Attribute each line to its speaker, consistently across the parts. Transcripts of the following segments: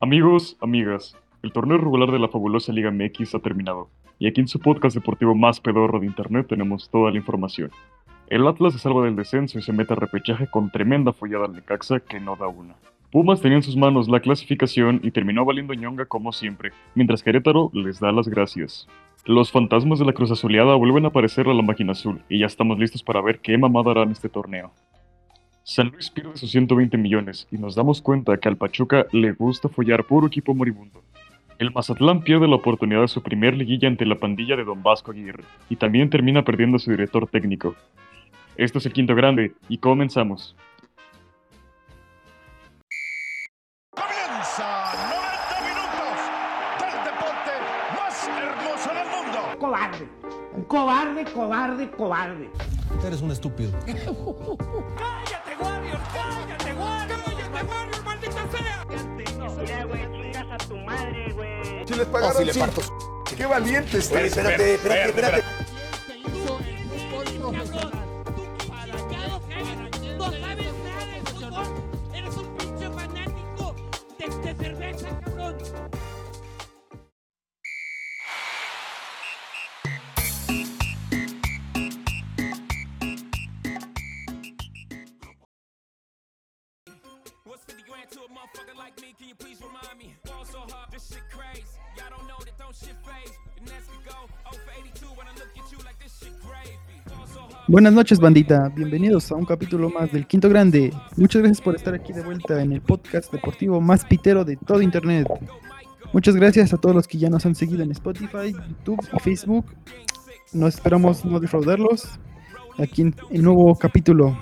Speaker 1: Amigos, amigas, el torneo regular de la fabulosa Liga MX ha terminado, y aquí en su podcast deportivo más pedorro de internet tenemos toda la información. El Atlas se salva del descenso y se mete a repechaje con tremenda follada al Necaxa que no da una. Pumas tenía en sus manos la clasificación y terminó valiendo ñonga como siempre, mientras Querétaro les da las gracias. Los fantasmas de la Cruz Azuleada vuelven a aparecer a la máquina azul y ya estamos listos para ver qué mamada harán este torneo. San Luis pierde sus 120 millones y nos damos cuenta que al Pachuca le gusta follar puro equipo moribundo. El Mazatlán pierde la oportunidad de su primer liguilla ante la pandilla de Don Vasco Aguirre y también termina perdiendo a su director técnico. Esto es el quinto grande y comenzamos.
Speaker 2: Comienza 90 minutos del deporte más hermoso del mundo.
Speaker 3: cobarde. Un cobarde, cobarde, cobarde.
Speaker 4: Eres un estúpido.
Speaker 2: ¡Cállate, Warrior! ¡Cállate, Warrior! ¡Cállate, Warrior, maldita sea!
Speaker 5: Mira, güey, chingas a tu madre, güey.
Speaker 6: Si les pagaron, sí. Qué valientes. espérate, espérate, espérate.
Speaker 7: No sabes nada de fútbol. Eres un pinche fanático de, de cerveza, cabrón.
Speaker 8: What's 50 grand to a motherfucker like me? Can you please remind me? Fall so hard, this shit crazy. Y'all don't know that don't shit phase. And as we go, 0 for 82 when I look at you like this shit gravy. Fall so hard.
Speaker 9: Buenas noches, bandita. Bienvenidos a un capítulo más del Quinto Grande. Muchas gracias por estar aquí de vuelta en el podcast deportivo más pitero de todo Internet. Muchas gracias a todos los que ya nos han seguido en Spotify, YouTube y Facebook. Nos esperamos no defraudarlos. Aquí en el nuevo capítulo.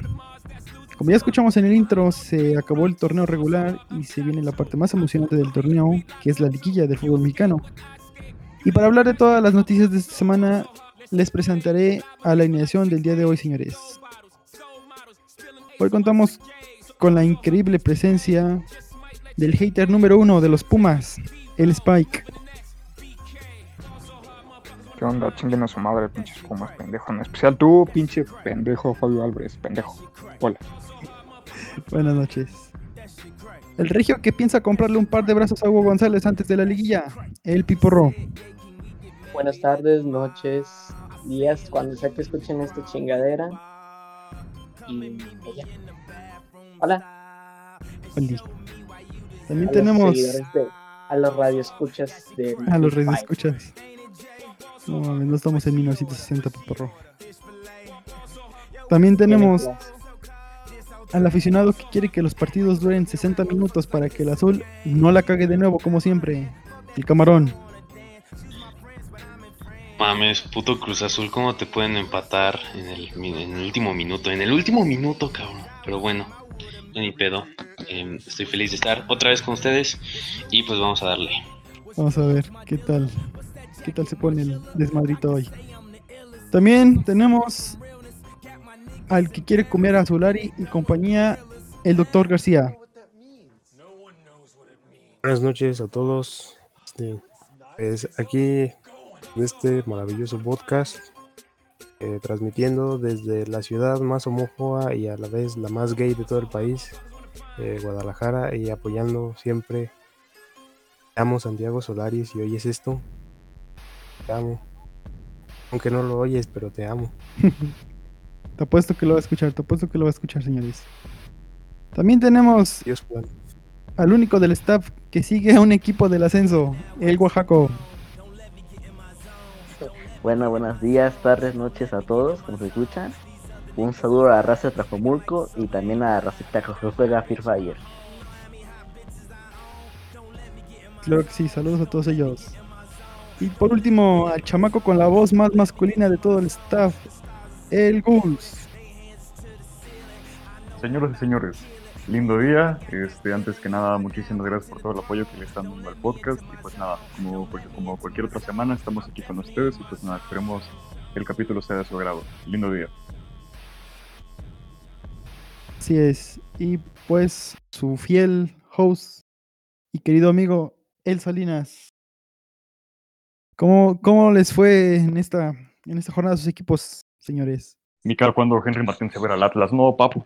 Speaker 9: Como ya escuchamos en el intro, se acabó el torneo regular y se viene la parte más emocionante del torneo, que es la liguilla del fútbol mexicano. Y para hablar de todas las noticias de esta semana, les presentaré a la alineación del día de hoy, señores. Hoy contamos con la increíble presencia del hater número uno de los Pumas, el Spike.
Speaker 10: ¿Qué onda? Chinguen a su madre, pinches Pumas, pendejo. En especial tú, pinche pendejo Fabio Álvarez, pendejo. Hola.
Speaker 9: Buenas noches. El regio que piensa comprarle un par de brazos a Hugo González antes de la liguilla, el Piporro.
Speaker 11: Buenas tardes, noches, días, cuando sea que escuchen esta chingadera. Y pues ella. Hola.
Speaker 9: Oli.
Speaker 11: a
Speaker 9: También
Speaker 11: los
Speaker 9: tenemos
Speaker 11: seguidores de- a los radioescuchas de.
Speaker 9: a los escuchas. No mames, no estamos en 1960, Piporro. También tenemos al aficionado que quiere que los partidos duren 60 minutos para que el azul no la cague de nuevo como siempre. El camarón.
Speaker 12: Mames, puto Cruz Azul, ¿cómo te pueden empatar en el, mi- en el último minuto? En el último minuto, cabrón. Pero bueno, ya ni pedo. Em, estoy feliz de estar otra vez con ustedes y pues vamos a darle.
Speaker 9: Vamos a ver qué tal. ¿Qué tal se pone el desmadrito hoy? También tenemos al que quiere comer a Solari y compañía, el doctor García.
Speaker 13: Buenas noches a todos. Este, pues, aquí en este maravilloso podcast, eh, transmitiendo desde la ciudad más homófoba y a la vez la más gay de todo el país, eh, Guadalajara, y apoyando siempre. Te amo Santiago Solaris y oyes esto. Te amo. Aunque no lo oyes, pero te amo.
Speaker 9: Te apuesto que lo va a escuchar, te apuesto que lo va a escuchar, señores. También tenemos
Speaker 13: Dios Juan.
Speaker 9: al único del staff que sigue a un equipo del ascenso, el Oaxaco.
Speaker 14: Bueno, buenos días, tardes, noches a todos, como se escuchan. Un saludo a la raza de Trajomulco y también a la racita que juega Fear Fire.
Speaker 9: Claro que sí, saludos a todos ellos. Y por último, al chamaco con la voz más masculina de todo el staff, el Guns.
Speaker 1: Señoras y señores, lindo día. Este, antes que nada, muchísimas gracias por todo el apoyo que le están dando al podcast. Y pues nada, como, como cualquier otra semana, estamos aquí con ustedes. Y pues nada, esperemos el capítulo sea de su agrado. Lindo día.
Speaker 9: Así es. Y pues su fiel host y querido amigo, El Salinas. ¿Cómo, cómo les fue en esta, en esta jornada a sus equipos, señores?
Speaker 1: Mi caro, cuando Henry Martín se verá al Atlas, no, papu.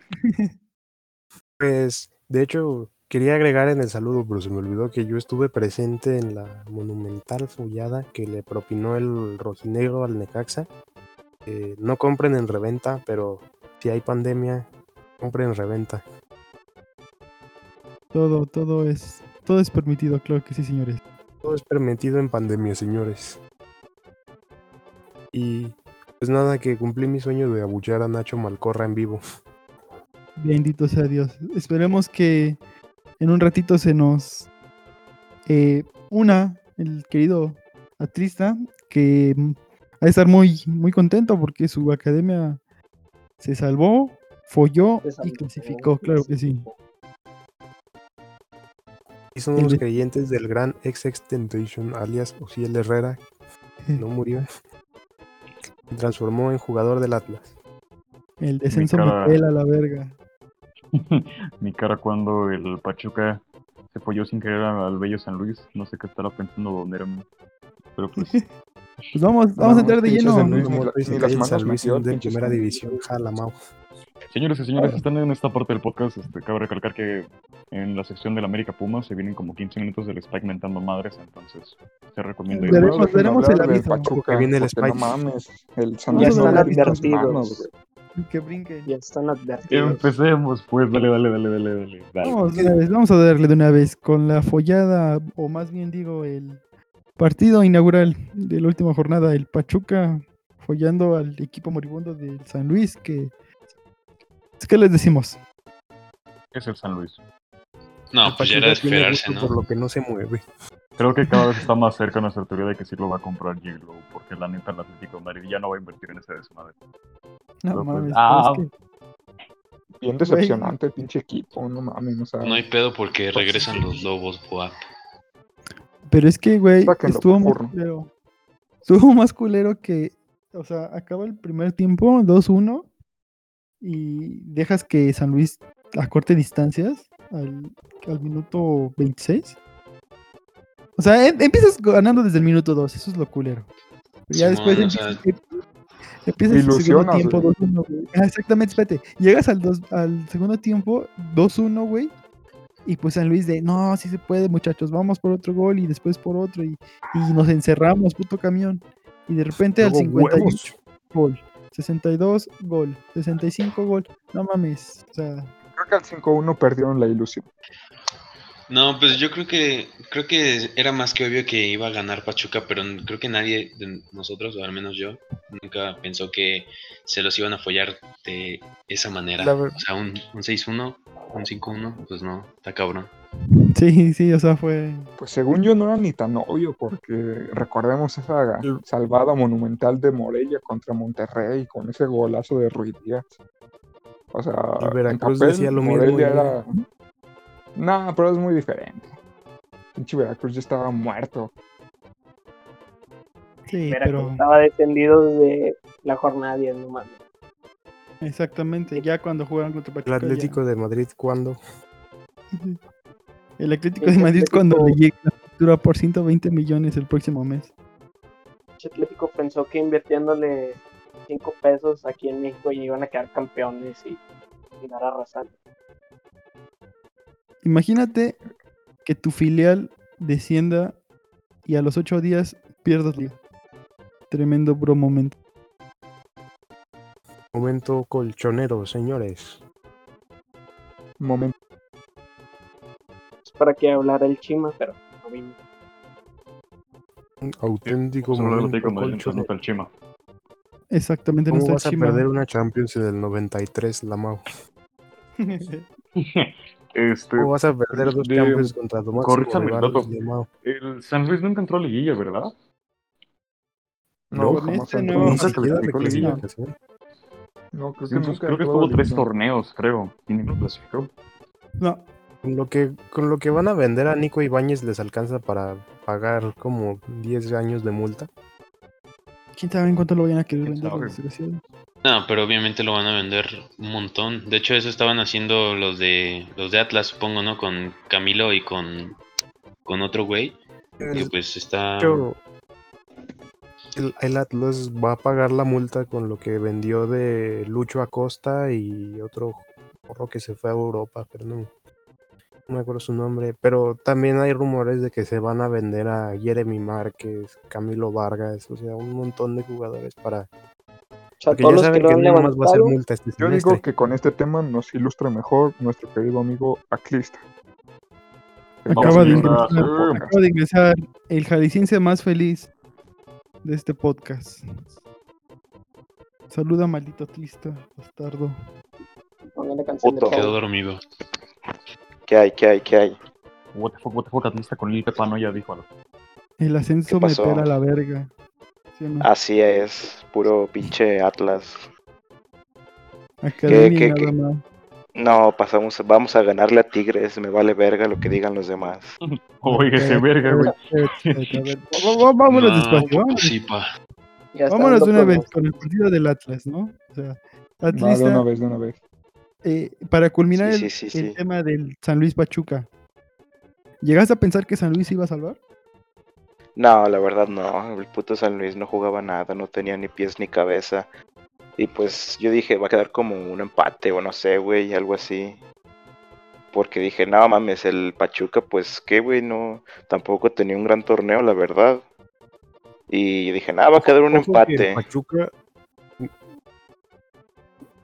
Speaker 13: Pues, de hecho, Quería agregar en el saludo, pero se me olvidó que yo estuve presente en la monumental follada que le propinó el rojinegro al Necaxa. Eh, no compren en reventa, pero si hay pandemia, compren en reventa.
Speaker 9: Todo, todo es, todo es permitido, claro que sí, señores.
Speaker 13: Todo es permitido en pandemia, señores. Y pues nada, que cumplí mi sueño de abullar a Nacho Malcorra en vivo.
Speaker 9: Bendito sea Dios. Esperemos que en un ratito se nos eh, una el querido atrista que ha de estar muy, muy contento porque su academia se salvó, folló
Speaker 11: Se salvó,
Speaker 9: y clasificó, claro que sí.
Speaker 13: Y son los creyentes del gran ex Temptation, alias Ociel Herrera. que No murió. Se transformó en jugador del Atlas.
Speaker 9: El descenso me
Speaker 1: cara.
Speaker 9: pela la verga.
Speaker 1: Mi cara cuando el Pachuca se folló sin querer a- al bello San Luis. No sé qué estará pensando Don Herman. Pero pues,
Speaker 9: Pues vamos, vamos a entrar de lleno.
Speaker 13: Ni las manos metió de primera división, jala, Mau.
Speaker 1: señores y señores, están en esta parte del podcast. Este, cabe recalcar que en la sección del América Puma se vienen como 15 minutos del Spike mentando madres. Entonces, se recomienda. ir.
Speaker 9: Veremos- Bueno, veremos
Speaker 10: hablar
Speaker 9: el
Speaker 10: del
Speaker 9: aviso.
Speaker 10: Pachuca,
Speaker 13: viene el
Speaker 10: porque no
Speaker 13: Spike.
Speaker 10: mames, el San
Speaker 11: Ya
Speaker 10: Luis
Speaker 11: están
Speaker 10: no le viste las manos,
Speaker 11: advertidos.
Speaker 10: güey.
Speaker 9: Que brinque.
Speaker 11: Ya están advertidos.
Speaker 1: Empecemos, pues, dale, dale, dale, dale, dale. dale.
Speaker 9: Vamos, de una vez, vamos a darle de una vez con la follada, o más bien digo, el partido inaugural de la última jornada, el Pachuca follando al equipo moribundo del San Luis, que... ¿Qué les decimos?
Speaker 1: ¿Qué es el San Luis?
Speaker 12: No, pues ya era de
Speaker 13: Tiene
Speaker 12: esperarse,
Speaker 13: gusto
Speaker 12: ¿no?
Speaker 13: Por lo que no se mueve.
Speaker 1: Creo que cada vez está más cerca nuestra teoría de que sí lo va a comprar Yeglo, porque la neta el Atlético de Madrid ya no va a invertir en ese desmadre.
Speaker 9: No
Speaker 1: Pero, pues,
Speaker 9: mames,
Speaker 1: ah,
Speaker 9: es que-
Speaker 10: Bien
Speaker 9: Güey.
Speaker 10: decepcionante el pinche equipo, no mames, o sea,
Speaker 12: No hay pedo porque regresan los lobos, Boap.
Speaker 9: pero es que, güey,
Speaker 10: Sáquenlo,
Speaker 9: estuvo más
Speaker 10: porro.
Speaker 9: culero. Estuvo más culero que, o sea, acaba el primer tiempo, 2-1, y dejas que San Luis acorte distancias al, al minuto 26. O sea, em- empiezas ganando desde el minuto 2, eso es lo culero. Ya
Speaker 12: Simón,
Speaker 9: después
Speaker 12: o
Speaker 9: empiezas,
Speaker 12: sea,
Speaker 9: empiezas el segundo
Speaker 10: ilusionas,
Speaker 9: tiempo
Speaker 10: güey.
Speaker 9: 2-1, güey. Ah, exactamente, espérate. Llegas al, dos, al segundo tiempo 2-1, güey. Y pues San Luis de, no, sí se puede, muchachos, vamos por otro gol y después por otro. Y, y nos encerramos, puto camión. Y de repente al
Speaker 13: Luego
Speaker 9: 58
Speaker 13: huevos.
Speaker 9: gol, 62 gol, 65 gol. No mames, o sea,
Speaker 10: creo que al 5-1 perdieron la ilusión.
Speaker 12: No, pues yo creo que creo que era más que obvio que iba a ganar Pachuca, pero n- creo que nadie de nosotros, o al menos yo, nunca pensó que se los iban a follar de esa manera.
Speaker 10: La ver-
Speaker 12: O sea, un, un 6-1, un 5-1, pues no, está cabrón.
Speaker 9: sí, sí, o sea, fue.
Speaker 10: Pues según yo no era ni tan obvio, porque recordemos esa salvada monumental de Morella contra Monterrey con ese golazo de Ruiz Díaz. O sea,
Speaker 13: Y
Speaker 10: en
Speaker 13: Veracruz
Speaker 10: papel,
Speaker 13: decía lo mismo, ¿eh?
Speaker 10: Morelia
Speaker 13: güey.
Speaker 10: era... No, pero es muy diferente. Pinche Veracruz ya estaba muerto.
Speaker 9: Sí,
Speaker 11: Veracruz
Speaker 9: pero.
Speaker 11: Estaba defendido de la jornada 10, no mames.
Speaker 9: Exactamente, ya cuando jugaron contra
Speaker 13: El
Speaker 9: Pachuca. ya-
Speaker 13: Atlético de Madrid, ¿cuándo?
Speaker 9: El Atlético de Madrid cuando le llega la factura por 120 millones el próximo mes.
Speaker 11: El Atlético pensó que invirtiéndole 5 pesos aquí en México ya iban a quedar campeones y terminar arrasando.
Speaker 9: Imagínate que tu filial descienda y a los 8 días pierdas liga. Tremendo bro momento.
Speaker 13: Momento colchonero, señores.
Speaker 10: Momento.
Speaker 11: Es para que hablara el Chima, pero no vino.
Speaker 13: Un auténtico
Speaker 1: Pues Solo el
Speaker 13: momento
Speaker 1: Atlético de Madrid, entonces
Speaker 13: colchonero.
Speaker 1: no está el Chima.
Speaker 9: Exactamente, no
Speaker 13: ¿Cómo
Speaker 9: está el
Speaker 13: vas a
Speaker 9: Chima.
Speaker 13: perder una Champions en el 93, la Mau?
Speaker 1: Este,
Speaker 13: ¿Cómo vas a perder dos
Speaker 1: de-
Speaker 13: Champions contra tu máximo
Speaker 1: corríjame el
Speaker 13: rival,
Speaker 1: dato.
Speaker 13: la Mau?
Speaker 1: El San Luis nunca entró a Liguilla, ¿verdad?
Speaker 10: No,
Speaker 9: Con
Speaker 10: jamás
Speaker 9: este
Speaker 10: entró.
Speaker 9: no.
Speaker 13: Ni
Speaker 1: Nunca
Speaker 13: siquiera de
Speaker 1: calificó Liguilla.
Speaker 13: clasificación.
Speaker 10: No, creo que,
Speaker 1: Entonces,
Speaker 10: nunca
Speaker 1: creo
Speaker 10: entró a
Speaker 1: que estuvo
Speaker 10: la
Speaker 1: tres
Speaker 10: liga.
Speaker 1: torneos, creo. Y ninguno clasificó.
Speaker 9: No,
Speaker 13: Con lo que con lo que van a vender a Nico Ibáñez les alcanza para pagar como 10 años de multa.
Speaker 9: quién sabe en cuánto lo vayan a querer
Speaker 1: ¿Quién
Speaker 9: vender
Speaker 1: sabe?
Speaker 9: los desgraciados.
Speaker 12: No, pero obviamente lo van a vender un montón. De hecho, eso estaban haciendo los de los de Atlas, supongo, ¿no? Con Camilo y con, con otro güey. Y pues está.
Speaker 13: hecho, el, el Atlas va a pagar la multa con lo que vendió de Lucho Acosta y otro porro que se fue a Europa, pero no. no me acuerdo su nombre, pero también hay rumores de que se van a vender a Jeremy Márquez, Camilo Vargas, o sea, un montón de jugadores para... Porque ya
Speaker 10: todos los
Speaker 13: saben
Speaker 10: que
Speaker 13: que,
Speaker 10: lo han
Speaker 13: no nomás va a ser
Speaker 10: levantado.
Speaker 13: multa este
Speaker 10: Yo digo
Speaker 13: semestre.
Speaker 10: que con este tema nos ilustra mejor nuestro querido amigo Aclista.
Speaker 9: Acaba de, ingresar,
Speaker 10: Vamos a hablar del
Speaker 9: acaba de ingresar el jalisciense más feliz de este podcast. Saluda, maldito trista, bastardo.
Speaker 11: Pongan la canción de
Speaker 12: Puto. Quedó
Speaker 11: Pau.
Speaker 12: dormido.
Speaker 4: ¿Qué hay? ¿Qué hay? ¿Qué hay?
Speaker 1: What the fuck, what the fuck, Atlista con Lil Pepano ya dijo algo.
Speaker 9: El ascenso me
Speaker 4: pasó? Ah,
Speaker 9: pela la verga. ¿Sí o no?
Speaker 4: Así es, puro pinche Atlas.
Speaker 9: Academia
Speaker 4: qué-
Speaker 9: nada
Speaker 4: qué?
Speaker 9: más.
Speaker 4: No, pasamos, vamos a ganarle a Tigres, me vale verga lo que digan los demás.
Speaker 1: Oiga, ese verga, güey.
Speaker 9: Etcétera, etcétera. Va- va- Vámonos despacio, vámonos. Vámonos de una vez con el partido del Atlas, ¿no? O sea,
Speaker 10: Va, de una
Speaker 9: Atlista,
Speaker 10: vez, de una vez.
Speaker 9: eh, para culminar
Speaker 10: Sí,
Speaker 9: el,
Speaker 10: sí, sí,
Speaker 9: el
Speaker 10: sí.
Speaker 9: tema del San Luis Pachuca. ¿Llegaste a pensar que San Luis se iba a salvar?
Speaker 4: No, la verdad no, el puto San Luis no jugaba nada, no tenía ni pies ni cabeza. Y pues yo dije, va a quedar como un empate o no sé, güey, algo así. Porque dije, no mames, el Pachuca, pues qué, güey, no, tampoco tenía un gran torneo, la verdad. Y dije, nada, va a quedar un
Speaker 13: Ojo que
Speaker 4: empate.
Speaker 13: El Pachuca,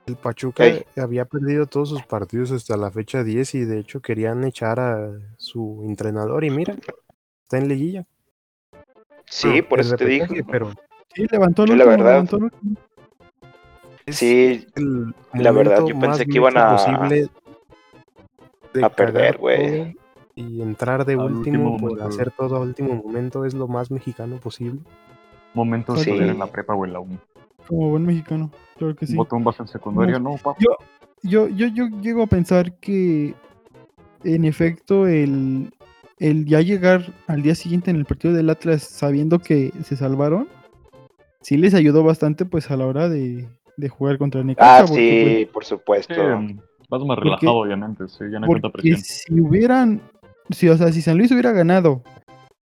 Speaker 13: el Pachuca
Speaker 4: Ey.
Speaker 13: había perdido todos sus partidos hasta la fecha 10 y de hecho querían echar a su entrenador y mira, está en liguilla.
Speaker 4: Sí, por
Speaker 13: el
Speaker 4: eso te
Speaker 13: repechaje,
Speaker 4: dije.
Speaker 13: Pero
Speaker 9: Sí, levantó el
Speaker 4: Yo, la
Speaker 9: último,
Speaker 4: verdad,
Speaker 9: levantó el último.
Speaker 4: Sí, la verdad, yo
Speaker 13: momento más
Speaker 4: pensé que iban
Speaker 13: neutro
Speaker 4: a-
Speaker 13: posible de
Speaker 4: a perder,
Speaker 13: cagar
Speaker 4: güey.
Speaker 13: todo Y entrar de
Speaker 4: Al
Speaker 13: último,
Speaker 4: último
Speaker 13: por
Speaker 4: momento.
Speaker 13: hacer todo a último momento es lo más mexicano posible.
Speaker 1: Momentos
Speaker 13: Sí.
Speaker 1: de poder en la prepa o en la uni.
Speaker 9: Como buen mexicano, claro que sí.
Speaker 1: Botón vas en secundaria, ¿no, papá?
Speaker 9: Yo, yo, yo, yo llego a pensar que en efecto el, el ya llegar al día siguiente en el partido del Atlas sabiendo que se salvaron, sí les ayudó bastante pues a la hora de, de jugar contra Necaxa.
Speaker 4: Ah, sí, por
Speaker 1: Sí, em,
Speaker 4: supuesto.
Speaker 1: vas más
Speaker 9: pues, Porque-
Speaker 1: relajado, obviamente, sí, ya no hay
Speaker 9: porque,
Speaker 1: tanta
Speaker 9: porque
Speaker 1: presión.
Speaker 9: si hubieran, si, o sea, si San Luis hubiera ganado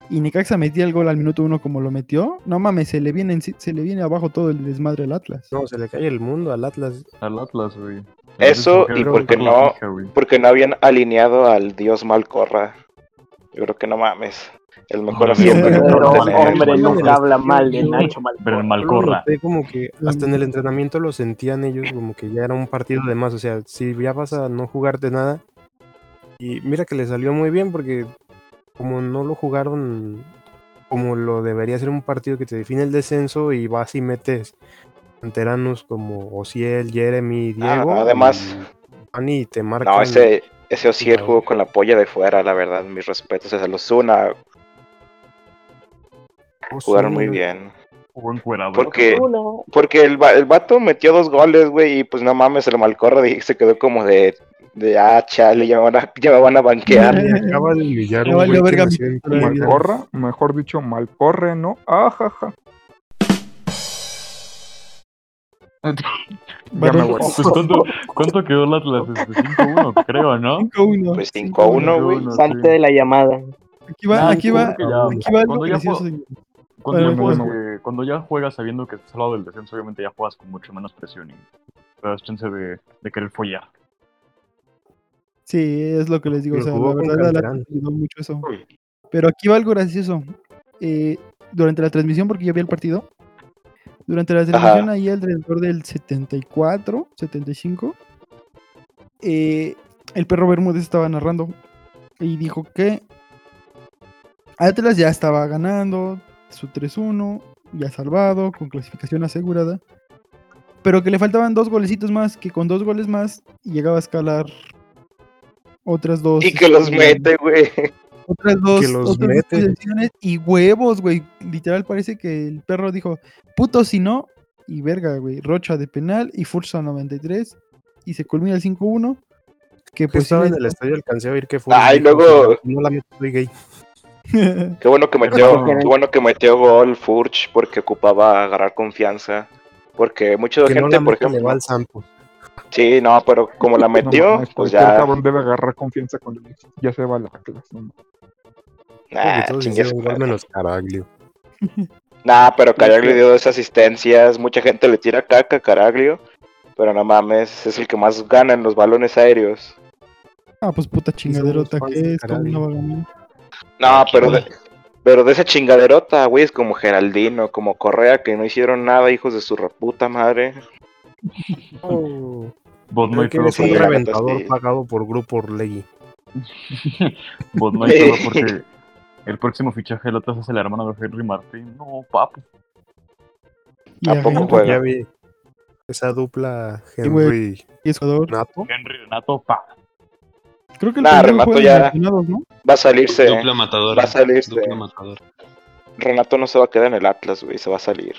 Speaker 9: y Necaxa metía el gol al minuto uno como lo metió, no mames, se le viene, enci- se le viene abajo todo el desmadre al Atlas.
Speaker 13: No, se le cae el mundo al Atlas.
Speaker 1: Al Atlas, güey.
Speaker 4: Eso y porque no, porque no habían alineado al dios Malcorra. Yo creo que no mames. El mejor asiento que
Speaker 11: pero,
Speaker 4: puedo tener.
Speaker 11: hombre, nunca habla mal de
Speaker 13: Yo-
Speaker 11: Nacho Malcorra.
Speaker 1: Pero
Speaker 13: Yo
Speaker 1: el
Speaker 13: lo
Speaker 1: Malcorra.
Speaker 13: noté como que hasta en el entrenamiento lo sentían ellos como que ya era un partido de más. O sea, si ya vas a no jugarte nada. Y mira que le salió muy bien porque como no lo jugaron como lo debería ser un partido que te define el descenso y vas y metes canteranos como Ociel, Jeremy,
Speaker 4: Ah,
Speaker 13: Diego.
Speaker 4: no, además,
Speaker 13: van y te marcan.
Speaker 4: no, ese, ese Osier jugó con la polla de fuera, la verdad. Mis respetos a los Osuna. Jugaron muy bien.
Speaker 1: Jugó encuerado.
Speaker 4: Porque, porque el, va- el vato metió dos goles, güey, y pues no mames, el Malcorra dije, se quedó como de, de ah, chale, ya me van a, ya me van a banquear.
Speaker 13: Acaba de humillar
Speaker 4: Ya
Speaker 13: un
Speaker 4: valió
Speaker 13: güey que
Speaker 4: verga
Speaker 13: nació
Speaker 4: mi
Speaker 13: en
Speaker 4: puta vida.
Speaker 13: Chihuahua.
Speaker 10: Malcorra, mejor dicho, Malcorre, ¿no? Ajaja.
Speaker 1: Ya me
Speaker 10: Varón-
Speaker 1: voy. Pues, ¿cuánto,
Speaker 4: Este,
Speaker 1: ¿Cuánto quedó el Atlas? Este, 5-1, creo, ¿no?
Speaker 9: 5-1.
Speaker 1: Pues
Speaker 4: 5-1, güey.
Speaker 11: Parte de la llamada.
Speaker 9: Aquí va,
Speaker 11: Ah,
Speaker 1: Nah,
Speaker 9: aquí
Speaker 1: yo
Speaker 9: va,
Speaker 1: creo que ya-
Speaker 9: aquí va algo
Speaker 1: cuando ya
Speaker 9: precioso,
Speaker 1: juego-
Speaker 9: señor.
Speaker 1: Cuando,
Speaker 9: Bueno,
Speaker 1: ya juegas,
Speaker 9: bueno,
Speaker 1: eh, cuando ya juegas sabiendo que estás al lado del descenso, obviamente ya juegas con mucho menos presión y te das chance de, de querer follar.
Speaker 9: Sí, es lo que les digo. O
Speaker 1: Pero
Speaker 9: sea,
Speaker 1: jugó
Speaker 9: la
Speaker 1: con
Speaker 9: verdad, la
Speaker 1: Canterán.
Speaker 9: Lazio ayudó mucho eso. Pero aquí va algo gracioso. Eh, durante la transmisión, porque yo vi el partido, durante la transmisión ahí alrededor del 74, 75, eh, el perro Bermúdez estaba narrando y dijo que Atlas ya estaba ganando su 3-1, ya salvado, con clasificación asegurada. Pero que le faltaban dos golecitos más, que con dos goles más llegaba a escalar otras dos.
Speaker 4: Y que los
Speaker 9: este,
Speaker 4: mete, güey.
Speaker 9: otras dos,
Speaker 4: Que los
Speaker 9: otras dos
Speaker 4: mete.
Speaker 9: posiciones y huevos, güey. Literal parece que el perro dijo, puto si no, y verga, güey. Rocha de penal y Fursa 93 y se culmina el 5-1. Que
Speaker 13: Pues
Speaker 9: pues
Speaker 13: estaba
Speaker 9: sí
Speaker 13: en
Speaker 9: le-
Speaker 13: el estadio, alcancé a oír que fue.
Speaker 4: Ay, Ah, luego-
Speaker 13: No la meto, soy gay.
Speaker 4: Qué bueno que metió, qué bueno que metió gol Furch porque ocupaba agarrar confianza. Porque mucha
Speaker 13: Que no
Speaker 4: gente,
Speaker 13: la
Speaker 4: por
Speaker 13: mete, le va
Speaker 4: ejemplo.
Speaker 13: al Sampo.
Speaker 4: Sí, no, pero como la
Speaker 10: No
Speaker 4: metió,
Speaker 10: mames,
Speaker 4: pues
Speaker 10: cualquier
Speaker 4: ya.
Speaker 10: cabrón debe agarrar confianza con él. Ya se va la Atlas. No, mames.
Speaker 4: Nah,
Speaker 13: Todos
Speaker 4: chingue su
Speaker 13: hicieron gol menos Caraglio. Pues
Speaker 4: Nah, pero Caraglio dio dos asistencias. Mucha gente le tira caca a Caraglio. Pero no mames, es el que más gana en los balones aéreos.
Speaker 9: Ah, pues puta chingaderota
Speaker 13: fans
Speaker 9: que
Speaker 13: de
Speaker 9: es, ¿cómo
Speaker 13: Carabi.
Speaker 9: no va a ganar?
Speaker 13: Ah,
Speaker 4: No, pero de, pero de esa chingaderota, güey, es como Geraldino, como Correa, que no hicieron nada, hijos de su reputa madre.
Speaker 1: Bot no hay
Speaker 13: Creo que
Speaker 1: pedo
Speaker 13: eres un
Speaker 9: Pues
Speaker 1: porque-
Speaker 13: reventador pagado por Grupo Orlegui.
Speaker 1: Bot no hay pedo porque el próximo fichaje de la taza es el hermano de Henry Martín. No, papu.
Speaker 9: Y a Henry-
Speaker 13: Ya vi esa dupla
Speaker 9: Sí, güey.
Speaker 13: Henry
Speaker 9: Y es jugador.
Speaker 13: Nato.
Speaker 1: Henry Renato, pa.
Speaker 9: Creo que el
Speaker 4: Nah,
Speaker 9: primero
Speaker 4: Renato
Speaker 9: juega en
Speaker 4: ya-
Speaker 9: Relacionados, ¿no?
Speaker 4: Va a salirse. ¿eh?
Speaker 12: Dupla matadora.
Speaker 4: Va a salirse.
Speaker 12: Dupla matadora.
Speaker 4: Renato no se va a quedar en el Atlas, güey, se va a salir.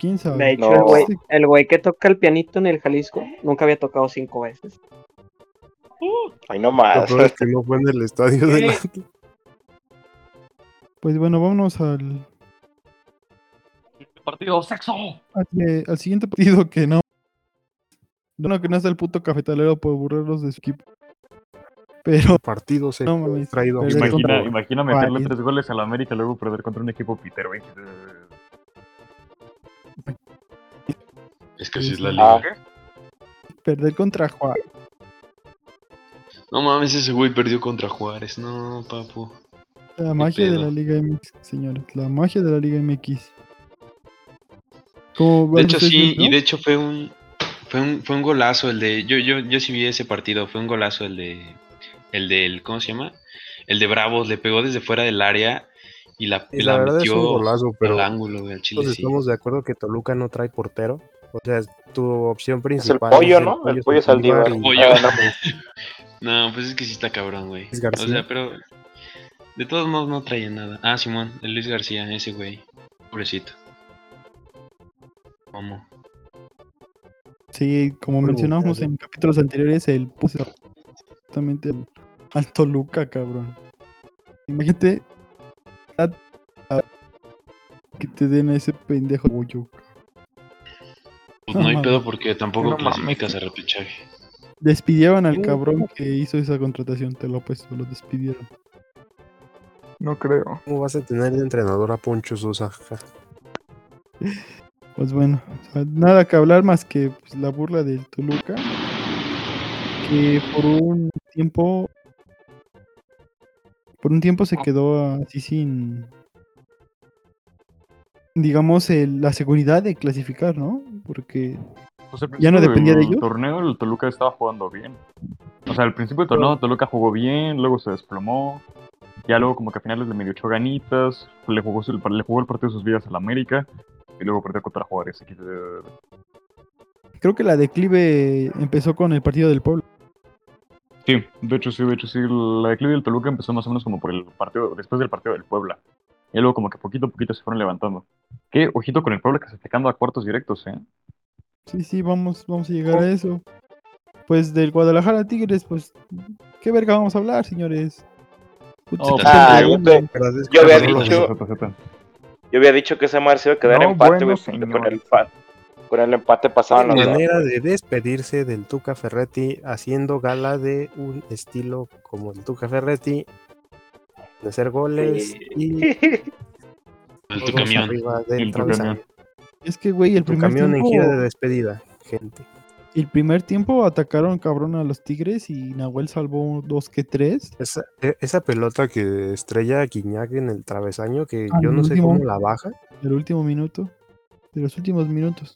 Speaker 9: ¿Quién sabe?
Speaker 11: De hecho,
Speaker 4: No.
Speaker 11: el güey- el güey que toca el pianito en el Jalisco nunca había tocado cinco veces.
Speaker 4: Ay, no
Speaker 13: Lo
Speaker 4: más.
Speaker 13: peor es que no fue en el estadio de la...
Speaker 9: Pues bueno, vámonos al,
Speaker 1: Partido sexo.
Speaker 9: al, eh, al siguiente partido que no. No, que no está el puto cafetalero por burlarlos de su equipo. Pero.
Speaker 13: Partido se
Speaker 9: no, mames,
Speaker 13: traído.
Speaker 9: perder
Speaker 1: Imagina,
Speaker 9: contra-
Speaker 1: imagina meterle
Speaker 9: Vale.
Speaker 1: tres goles al América y luego perder contra un equipo Peter, güey. Eh,
Speaker 12: Es que así es la
Speaker 1: Ah.
Speaker 12: liga.
Speaker 9: Perder contra Juárez.
Speaker 12: No mames, ese güey perdió contra Juárez. No, papu.
Speaker 9: La magia de
Speaker 12: pedo.
Speaker 9: la Liga MX, señores. La magia de la Liga MX. Como
Speaker 12: De
Speaker 9: van
Speaker 12: hecho,
Speaker 9: ustedes
Speaker 12: sí,
Speaker 9: viendo,
Speaker 12: y de hecho fue un, fue un fue un golazo el de. Yo, yo, yo sí vi ese partido, fue un golazo el de. El del. ¿Cómo se llama? El de Bravos, le pegó desde fuera del área y la,
Speaker 13: Y
Speaker 12: la
Speaker 13: la verdad es
Speaker 12: metió
Speaker 13: un golazo, pero
Speaker 12: al ángulo, güey, al chile.
Speaker 13: Todos
Speaker 12: sí.
Speaker 13: estamos de acuerdo que Toluca no trae portero. O sea, es tu opción principal.
Speaker 4: pollo, ¿no? El pollo Saldívar.
Speaker 13: y-
Speaker 12: Pollo.
Speaker 4: Ah, no.
Speaker 12: No, pues es que sí está cabrón, güey.
Speaker 13: Luis
Speaker 12: O
Speaker 13: García.
Speaker 12: sea, pero. De todos modos no traía nada. Ah, Simón, el Luis García, ese güey. Pobrecito. ¿Cómo?
Speaker 9: Sí, como mencionábamos en capítulos anteriores, el puso exactamente al, al Toluca, cabrón. Imagínate a- a- que te den a ese pendejo orgullo.
Speaker 12: Pues no hay
Speaker 9: Ajá.
Speaker 12: pedo porque tampoco
Speaker 9: No mames.
Speaker 12: clasificas a repechaje.
Speaker 9: Despidieron al cabrón que hizo esa contratación, te lo apuesto, lo despidieron.
Speaker 13: No creo. ¿Cómo vas a tener de entrenador a Poncho Sosa? Ja.
Speaker 9: Pues bueno, o sea, nada que hablar más que pues, la burla del Toluca, que por un tiempo, por un tiempo
Speaker 1: Ah.
Speaker 9: se quedó así sin, digamos, el- la seguridad de clasificar, ¿no? Porque
Speaker 1: pues al
Speaker 9: ya no
Speaker 1: principio
Speaker 9: dependía de
Speaker 1: del
Speaker 9: ellos.
Speaker 1: torneo el Toluca estaba jugando bien. O sea, al principio del torneo Toluca jugó bien, luego se desplomó. Ya luego como que a finales le medio echó ganitas, le jugó, su- le jugó el partido de sus vidas al América y luego perdió contra Juárez. Aquí, eh,
Speaker 9: Creo que la declive empezó con el partido del pueblo.
Speaker 1: Sí, de hecho sí, de hecho sí. La declive del Toluca empezó más o menos como por el partido, después del partido del Puebla. Y luego como que poquito a poquito se fueron levantando. Que, ojito con el Puebla que se está quedando a cuartos directos, ¿eh?
Speaker 9: Sí, sí, vamos, vamos a llegar a eso. Pues del Guadalajara a Tigres, pues, ¿qué verga vamos a hablar, señores? Puta,
Speaker 4: Oh,
Speaker 9: se
Speaker 4: ah,
Speaker 9: está
Speaker 4: yo
Speaker 9: peleando.
Speaker 4: te- yo había dicho, yo había dicho que esa madre se iba a quedar
Speaker 13: No,
Speaker 4: empate,
Speaker 13: bueno,
Speaker 4: güey, porque con el, empa- con el empate pasaban los dos.
Speaker 13: manera de despedirse del Tuca Ferretti haciendo gala de un estilo como el Tuca Ferretti de hacer goles y
Speaker 12: El tu
Speaker 13: todos
Speaker 12: camión.
Speaker 13: arriba del
Speaker 12: El tu
Speaker 13: travesaño.
Speaker 12: camión.
Speaker 9: Es que, güey, el
Speaker 13: Tu
Speaker 9: primer
Speaker 13: camión en
Speaker 9: tiempo...
Speaker 13: gira de despedida, gente.
Speaker 9: El primer tiempo atacaron cabrón a los Tigres y Nahuel salvó dos que tres.
Speaker 13: Esa, e- esa pelota que estrella Guiñac en el travesaño, que
Speaker 9: Al
Speaker 13: yo no sé
Speaker 9: último.
Speaker 13: cómo la baja.
Speaker 9: El último minuto. De los últimos minutos.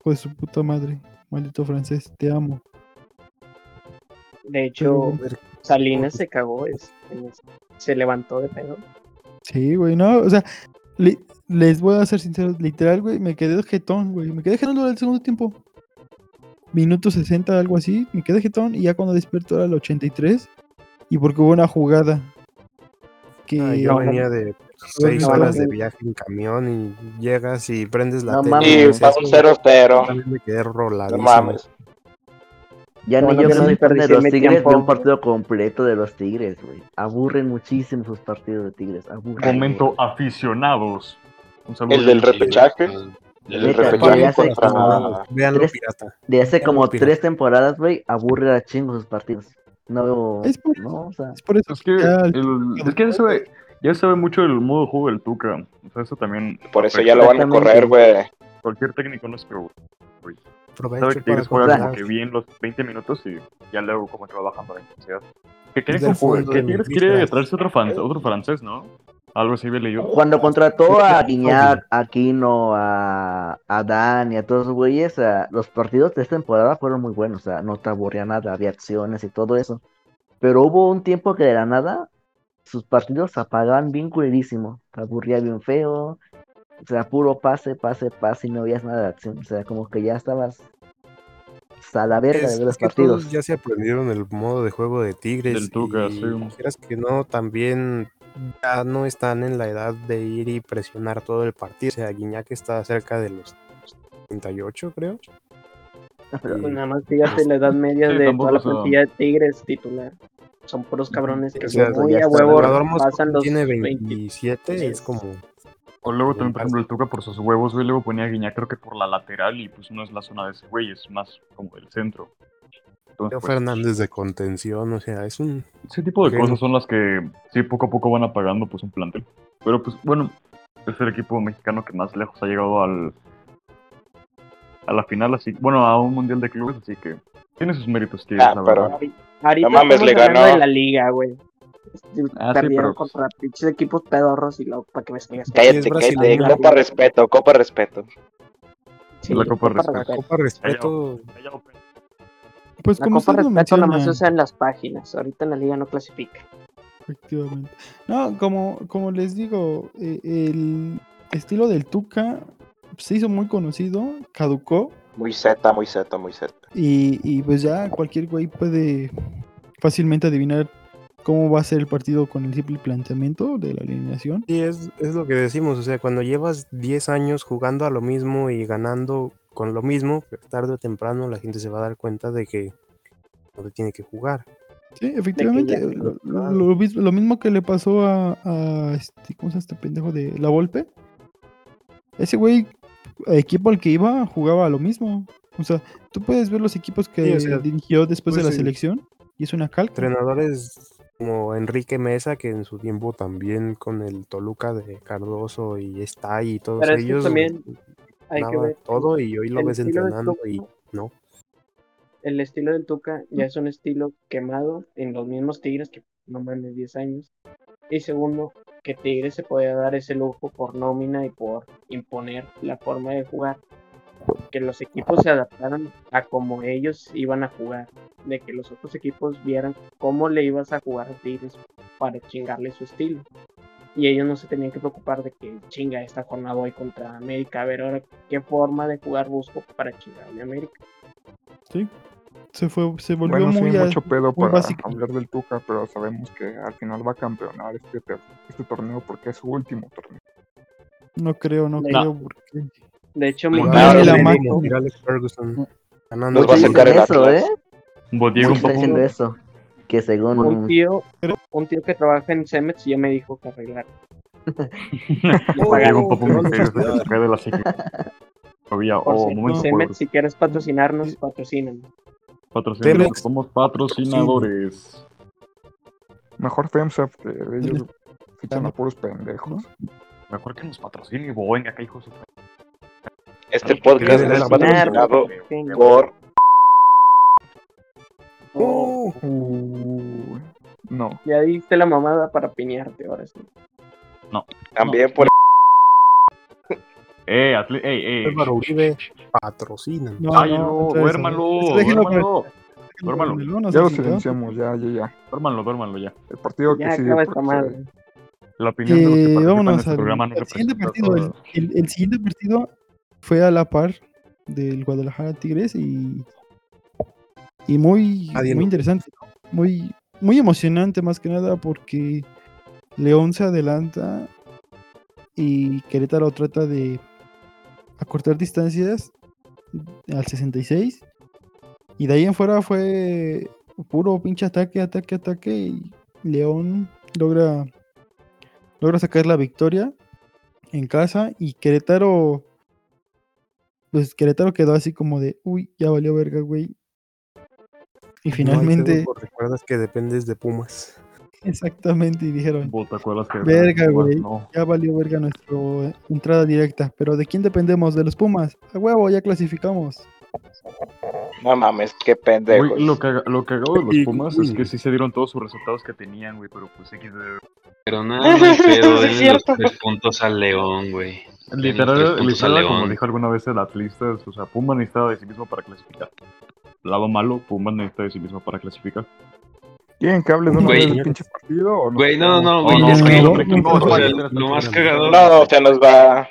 Speaker 9: Hijo de su puta madre. Maldito francés, te amo.
Speaker 11: De hecho,
Speaker 9: Pero-
Speaker 11: Salinas se cagó, es- es- se levantó de pedo.
Speaker 9: Sí, güey, no. O sea, li- les voy a ser sincero. Literal, güey, me quedé jetón, güey. Me quedé jetón durante el segundo tiempo. Minuto 60, algo así. Me quedé jetón y ya cuando despierto era el 83. Y porque hubo una jugada. Que
Speaker 13: Ah, yo venía de seis
Speaker 9: no,
Speaker 13: horas de
Speaker 9: no.
Speaker 13: viaje en camión y llegas y prendes la
Speaker 11: No
Speaker 13: tele.
Speaker 11: mames.
Speaker 13: y
Speaker 11: Y
Speaker 13: dices,
Speaker 11: vas un
Speaker 13: "Uy,
Speaker 11: 0-0".
Speaker 13: yo también me quedé roladísimo".
Speaker 4: mames.
Speaker 14: Ya ni
Speaker 11: Bueno,
Speaker 14: yo
Speaker 11: que
Speaker 14: que soy fan
Speaker 11: no
Speaker 14: de
Speaker 11: desperdicié
Speaker 14: los
Speaker 11: mi
Speaker 14: Tigres
Speaker 11: tiempo.
Speaker 14: veo un partido completo de los Tigres, güey. Aburren muchísimo sus partidos de Tigres. Aburren.
Speaker 1: Momento aficionados. Un saludo.
Speaker 4: El del repechaje.
Speaker 14: güey.
Speaker 4: El del
Speaker 14: Neta,
Speaker 4: repechaje
Speaker 14: de hace
Speaker 4: contra-
Speaker 14: como
Speaker 13: Véanlo
Speaker 14: tres-
Speaker 13: pirata.
Speaker 14: De hace
Speaker 13: Véanlo
Speaker 14: como
Speaker 13: pirata.
Speaker 14: tres temporadas, güey, aburre a chingo sus partidos. No veo.
Speaker 9: Es por,
Speaker 14: no, o sea,
Speaker 9: es por eso.
Speaker 1: Es que,
Speaker 9: ya el-
Speaker 1: el- es que ya, se ve, ya se ve mucho el modo de juego del Tuca. O sea, eso también.
Speaker 4: Por eso ya lo van a
Speaker 14: Exactamente.
Speaker 4: correr, güey.
Speaker 1: Cualquier técnico no es peor. Sabe
Speaker 13: aprovecho
Speaker 1: que
Speaker 13: para
Speaker 1: Tigres juega como
Speaker 13: comprar.
Speaker 1: que bien los 20 minutos y ya luego como que va bajando la intensidad. Que quiere,
Speaker 13: Del
Speaker 1: confu-
Speaker 13: fondo
Speaker 1: que
Speaker 13: de
Speaker 1: Tigres
Speaker 13: mi
Speaker 1: quiere
Speaker 13: lista.
Speaker 1: traerse otro, fran- otro francés, ¿no? Algo así había leído.
Speaker 14: Cuando contrató a Guiñac, a Aquino, a, a Dan y a todos los güeyes, a- los partidos de esta temporada fueron muy buenos. O sea, no te aburría nada, había acciones y todo eso. Pero hubo un tiempo que de la nada sus partidos se apagaban bien culerísimo. Te aburría bien feo. O sea, puro pase, pase, pase y no veías nada de acción. O sea, como que ya estabas hasta la verga
Speaker 13: Es-
Speaker 14: de ver los
Speaker 13: es que
Speaker 14: partidos.
Speaker 13: todos ya se aprendieron el modo de juego de Tigres.
Speaker 1: Del Tuca,
Speaker 13: y
Speaker 1: sí.
Speaker 13: quieras que no, también ya no están en la edad de ir y presionar todo el partido. O sea, Guiñac está cerca de los 38, creo.
Speaker 11: Pues nada más fíjate la edad media
Speaker 13: Sí,
Speaker 11: de
Speaker 13: tampoco
Speaker 11: toda la
Speaker 13: son-
Speaker 11: plantilla de Tigres titular. Son puros cabrones que
Speaker 13: O sea,
Speaker 11: muy
Speaker 13: ya
Speaker 11: a
Speaker 13: está,
Speaker 11: huevo
Speaker 13: Salvador Mosco
Speaker 11: pasan los
Speaker 13: tiene
Speaker 11: 20.
Speaker 13: 27, es como...
Speaker 1: O luego también, por ejemplo, el Tuca por sus huevos, güey, luego ponía a Guiñac creo que por la lateral y pues no es la zona de ese güey, es más como del centro. pues,
Speaker 13: Leo Fernández de contención, o sea, es un...
Speaker 1: Ese tipo de
Speaker 13: genio.
Speaker 1: cosas son las que sí poco a poco van apagando pues un plantel. Pero pues bueno, es el equipo mexicano que más lejos ha llegado al a la final, así bueno, a un mundial de clubes, así que tiene sus méritos Tigres,
Speaker 4: Ah,
Speaker 1: la
Speaker 4: pero-
Speaker 1: verdad.
Speaker 11: Ahorita
Speaker 4: No mames,
Speaker 11: estamos
Speaker 4: le
Speaker 11: hablando
Speaker 4: ganó.
Speaker 11: de la liga, güey.
Speaker 1: Ah, sí,
Speaker 11: Perdieron
Speaker 1: pero-
Speaker 11: contra pinches equipos pedorros y luego para que me sigas.
Speaker 4: Cállate, cállate. Copa respeto, copa respeto.
Speaker 11: Sí, la Copa Copa Respeto. Respeto.
Speaker 13: Copa respeto.
Speaker 9: Pues
Speaker 11: la
Speaker 9: como
Speaker 11: Copa
Speaker 9: ustedes lo
Speaker 11: Respeto nada más se
Speaker 9: mencionan.
Speaker 11: usa en las páginas. Ahorita en la liga no clasifica.
Speaker 9: Efectivamente. No, como, como les digo, eh, el estilo del Tuca se hizo muy conocido, caducó,
Speaker 4: Muy Z, muy Z, muy Z.
Speaker 9: y, y pues ya cualquier güey puede fácilmente adivinar cómo va a ser el partido con el simple planteamiento de la alineación.
Speaker 13: Sí, es, es lo que decimos, o sea, cuando llevas 10 años jugando a lo mismo y ganando con lo mismo, tarde o temprano la gente se va a dar cuenta de que no te tiene que jugar.
Speaker 9: Sí, efectivamente. Lo, lo mis- lo mismo que le pasó a, a este, ¿cómo se llama este pendejo de La Volpe? Ese güey, equipo al que iba, jugaba a lo mismo. O sea, tú puedes ver los equipos que
Speaker 13: Sí, o sea,
Speaker 9: dirigió después de
Speaker 13: pues
Speaker 9: la
Speaker 13: sí.
Speaker 9: selección y es una calca.
Speaker 13: Entrenadores como Enrique Mesa, que en su tiempo también con el Toluca de Cardoso y Stay y todos
Speaker 11: Pero es que
Speaker 13: ellos
Speaker 11: también hay que
Speaker 13: ganaba
Speaker 11: ver
Speaker 13: todo y hoy lo
Speaker 11: el
Speaker 13: ves
Speaker 11: estilo de
Speaker 13: entrenando
Speaker 11: Tuca.
Speaker 13: y no.
Speaker 11: El estilo del Tuca ya es un estilo quemado en los mismos Tigres que no mames 10 años. Y segundo, que Tigres se podía dar ese lujo por nómina y por imponer la forma de jugar. Que los equipos se adaptaran a como ellos iban a jugar. De que los otros equipos vieran cómo le ibas a jugar a Tigres para chingarle su estilo. Y ellos no se tenían que preocupar de que chinga esta jornada voy contra América. A ver ahora qué forma de jugar busco para chingarle a América.
Speaker 9: Sí. Se, fue, se volvió
Speaker 10: Bueno, sí,
Speaker 9: muy, a-
Speaker 10: mucho pedo
Speaker 9: muy
Speaker 10: para
Speaker 9: básico.
Speaker 10: hablar del Tuca, pero sabemos que al final va a campeonar este, te- este torneo porque es su último torneo.
Speaker 9: No creo, no,
Speaker 10: No.
Speaker 9: creo. Porque...
Speaker 11: De hecho,
Speaker 9: Muy
Speaker 10: mi-
Speaker 9: bien,
Speaker 10: Claro,
Speaker 9: la
Speaker 10: sí,
Speaker 9: mato.
Speaker 13: como Alex Ferguson
Speaker 4: Mm.
Speaker 13: ganando.
Speaker 14: Muchos dicen eso, ¿eh?
Speaker 1: Bodiego
Speaker 14: Muchos
Speaker 1: un poco-
Speaker 14: dicen eso. Que
Speaker 11: Un
Speaker 14: según...
Speaker 11: tío, un tío que trabaja en Cemex ya me dijo que arreglar.
Speaker 1: Bodiego un poco
Speaker 11: Oh,
Speaker 1: mujer,
Speaker 11: no, no, no.
Speaker 1: se cae de la ciclovía,
Speaker 11: Por
Speaker 1: o
Speaker 11: cierto,
Speaker 1: muy
Speaker 11: Cemex, si quieres patrocinarnos, patrocinan.
Speaker 1: patrocinadores, somos patrocinadores.
Speaker 10: Mejor FEMSAF que ellos fichan a puros pendejos.
Speaker 1: Mejor que nos patrocine Boeing, acá hijo de su...
Speaker 4: Este podcast es patrocinado por.
Speaker 10: No.
Speaker 11: Ya diste la mamada para piñarte ahora sí.
Speaker 1: No.
Speaker 4: También por.
Speaker 1: Eh, atle... Ey, ey.
Speaker 13: Álvaro Uribe patrocina.
Speaker 1: Ay, no, eh, duérmalo, duérmalo. Duérmalo.
Speaker 10: Ya lo silenciamos, ya, ya, ya. Eh,
Speaker 1: Duérmalo, duérmalo ya.
Speaker 10: El partido que
Speaker 11: Ya
Speaker 10: sigue.
Speaker 11: acaba
Speaker 10: porque
Speaker 11: esta madre.
Speaker 1: La opinión de los que
Speaker 9: Eh,
Speaker 1: participan en
Speaker 9: vámonos
Speaker 1: este
Speaker 9: al-
Speaker 1: programa no
Speaker 9: al siguiente
Speaker 1: representa
Speaker 9: partido. El,
Speaker 1: todo.
Speaker 9: el- el siguiente partido fue a la par del Guadalajara Tigres y, y muy,
Speaker 13: Nadie
Speaker 9: muy
Speaker 13: lo-
Speaker 9: interesante, ¿no? muy, muy emocionante más que nada porque León se adelanta y Querétaro trata de acortar distancias al 66 y de ahí en fuera fue puro pinche ataque, ataque, ataque y León logra logra sacar la victoria en casa y Querétaro pues Querétaro quedó así como de uy ya valió verga güey y finalmente
Speaker 13: recuerdas que dependes de Pumas.
Speaker 9: exactamente y dijeron
Speaker 1: ¿Te acuerdas que
Speaker 9: verga
Speaker 1: Pumas
Speaker 9: güey
Speaker 1: no?
Speaker 9: ya valió verga nuestra entrada directa pero de quién dependemos de los Pumas a huevo ya clasificamos
Speaker 4: No mames, qué pendejo.
Speaker 1: Güey, lo, caga- lo cagado de
Speaker 4: Y-
Speaker 1: los Pumas es
Speaker 4: uy.
Speaker 1: que sí se dieron todos sus resultados que tenían, güey, pero pues XD.
Speaker 12: Pero nada, ni pedo,
Speaker 1: Sí, es
Speaker 12: denle los
Speaker 1: cierto.
Speaker 12: tres puntos al León, güey. Denle los tres
Speaker 1: Literal,
Speaker 12: puntos al
Speaker 1: literal como
Speaker 12: León.
Speaker 1: dijo alguna vez el atlista, o sea, Pumas necesitaba de sí mismo para clasificar. Lado malo, Pumas necesita de sí mismo para clasificar.
Speaker 10: ¿Quieren que hable de una
Speaker 1: Güey.
Speaker 10: vez del pinche partido o no?
Speaker 1: Güey, no, no, no, güey,
Speaker 10: Oh,
Speaker 1: es que-
Speaker 10: no,
Speaker 1: hombre,
Speaker 10: no,
Speaker 1: que no,
Speaker 10: no,
Speaker 1: o sea,
Speaker 10: no,
Speaker 1: lo
Speaker 10: no,
Speaker 12: más
Speaker 10: no,
Speaker 12: cagado-
Speaker 10: no.
Speaker 4: No, se nos va.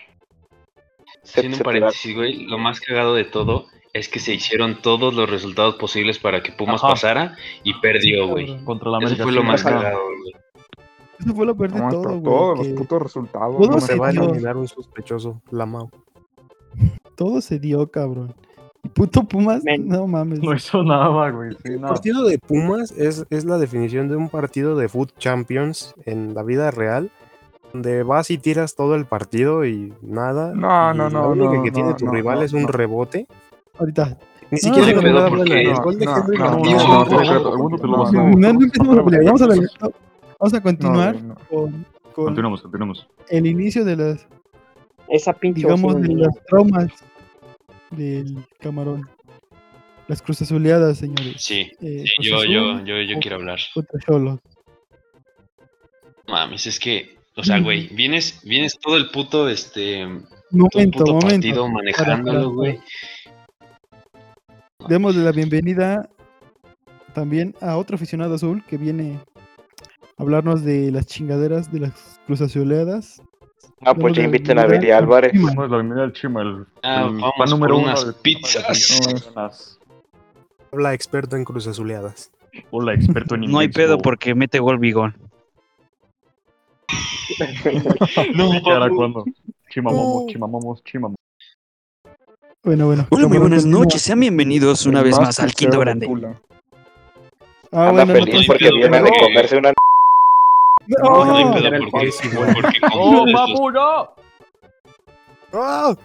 Speaker 12: Haciendo un paréntesis, güey, lo más cagado de todo es que se hicieron todos los resultados posibles para que Pumas
Speaker 1: Ajá.
Speaker 12: pasara y perdió, güey.
Speaker 1: Contra la
Speaker 12: Eso
Speaker 1: América,
Speaker 12: fue lo
Speaker 1: sí,
Speaker 12: más
Speaker 1: ajá.
Speaker 12: cagado, güey.
Speaker 9: Eso fue lo peor de
Speaker 10: No,
Speaker 9: todo,
Speaker 10: hasta
Speaker 9: güey.
Speaker 10: todos los
Speaker 9: que
Speaker 10: putos resultados.
Speaker 9: Todo
Speaker 10: no
Speaker 9: se
Speaker 10: me van a
Speaker 9: dio.
Speaker 10: mirar.
Speaker 13: Era un sospechoso, la Mau.
Speaker 9: Todo se dio, cabrón. Y puto Pumas, no mames.
Speaker 1: No hizo nada, güey. Sí,
Speaker 13: El
Speaker 1: no.
Speaker 13: partido de Pumas es, es la definición de un partido de Food Champions en la vida real, donde vas y tiras todo el partido y nada.
Speaker 10: No,
Speaker 13: y
Speaker 10: no, no,
Speaker 13: Lo único
Speaker 10: no,
Speaker 13: que tiene
Speaker 10: no,
Speaker 13: tu
Speaker 10: no,
Speaker 13: rival
Speaker 10: no,
Speaker 13: es un
Speaker 10: no.
Speaker 13: rebote.
Speaker 9: Ahorita.
Speaker 13: Ni siquiera
Speaker 10: no,
Speaker 13: se
Speaker 10: no,
Speaker 13: me da
Speaker 10: no,
Speaker 13: porque
Speaker 10: no,
Speaker 13: el gol de
Speaker 10: no,
Speaker 13: Henry
Speaker 10: no,
Speaker 13: Martín
Speaker 10: no, no,
Speaker 13: es un
Speaker 10: no,
Speaker 13: gol.
Speaker 10: no,
Speaker 1: Segundo te lo
Speaker 10: no,
Speaker 1: vas a-
Speaker 10: no,
Speaker 9: No, no empecemos a pelear, Vamos a, la- vamos a continuar
Speaker 1: güey, no.
Speaker 9: con, con
Speaker 1: Continuamos, continuamos.
Speaker 9: el inicio de las,
Speaker 11: Esa pinche
Speaker 9: digamos, de
Speaker 11: ofensiva.
Speaker 9: las traumas del camarón. Las cruzazuleadas, señores.
Speaker 12: Sí,
Speaker 9: Eh,
Speaker 12: sí,
Speaker 9: Cruz
Speaker 12: yo,
Speaker 9: Azul
Speaker 12: yo, yo, yo quiero hablar.
Speaker 9: Contra Cholos.
Speaker 12: Mames, es que, o sea, güey, vienes, vienes todo el puto, este, todo el
Speaker 9: Momento,
Speaker 12: puto
Speaker 9: momento.
Speaker 12: partido
Speaker 9: Para, para,
Speaker 12: manejándolo, güey.
Speaker 9: Démosle la bienvenida también a otro aficionado azul que viene a hablarnos de las chingaderas de las cruzazuleadas.
Speaker 4: Ah, pues
Speaker 9: Démosle
Speaker 4: ya
Speaker 9: la
Speaker 4: inviten a
Speaker 9: bienvenida
Speaker 4: Billy Álvarez.
Speaker 1: Pues la bienvenida al Chima, el,
Speaker 12: Ah,
Speaker 1: el
Speaker 12: vamos
Speaker 1: fan número
Speaker 12: por
Speaker 1: uno
Speaker 12: unas
Speaker 1: de-
Speaker 12: pizzas.
Speaker 1: Unas-
Speaker 13: Habla experto en cruz azuleadas.
Speaker 1: Hola, experto en
Speaker 15: No hay pedo porque mete gol Bigón.
Speaker 12: No,
Speaker 1: ¿Para cuándo? Chimamomos,
Speaker 9: Oh.
Speaker 1: chimamomos, chimamomos.
Speaker 9: Bueno, bueno.
Speaker 15: Hola, muy
Speaker 9: Camarón,
Speaker 15: buenas
Speaker 9: continúa.
Speaker 15: noches. Sean bienvenidos una vez más al Quinto Grande.
Speaker 9: Ah, bueno,
Speaker 4: Anda feliz
Speaker 9: entonces-
Speaker 4: porque vienen a
Speaker 15: No.
Speaker 4: comerse una.
Speaker 9: No, no hay pedo
Speaker 12: Pero porque es igual, porque
Speaker 9: ¡Oh,
Speaker 12: con-
Speaker 9: papu,
Speaker 1: no!
Speaker 9: ¡Ah!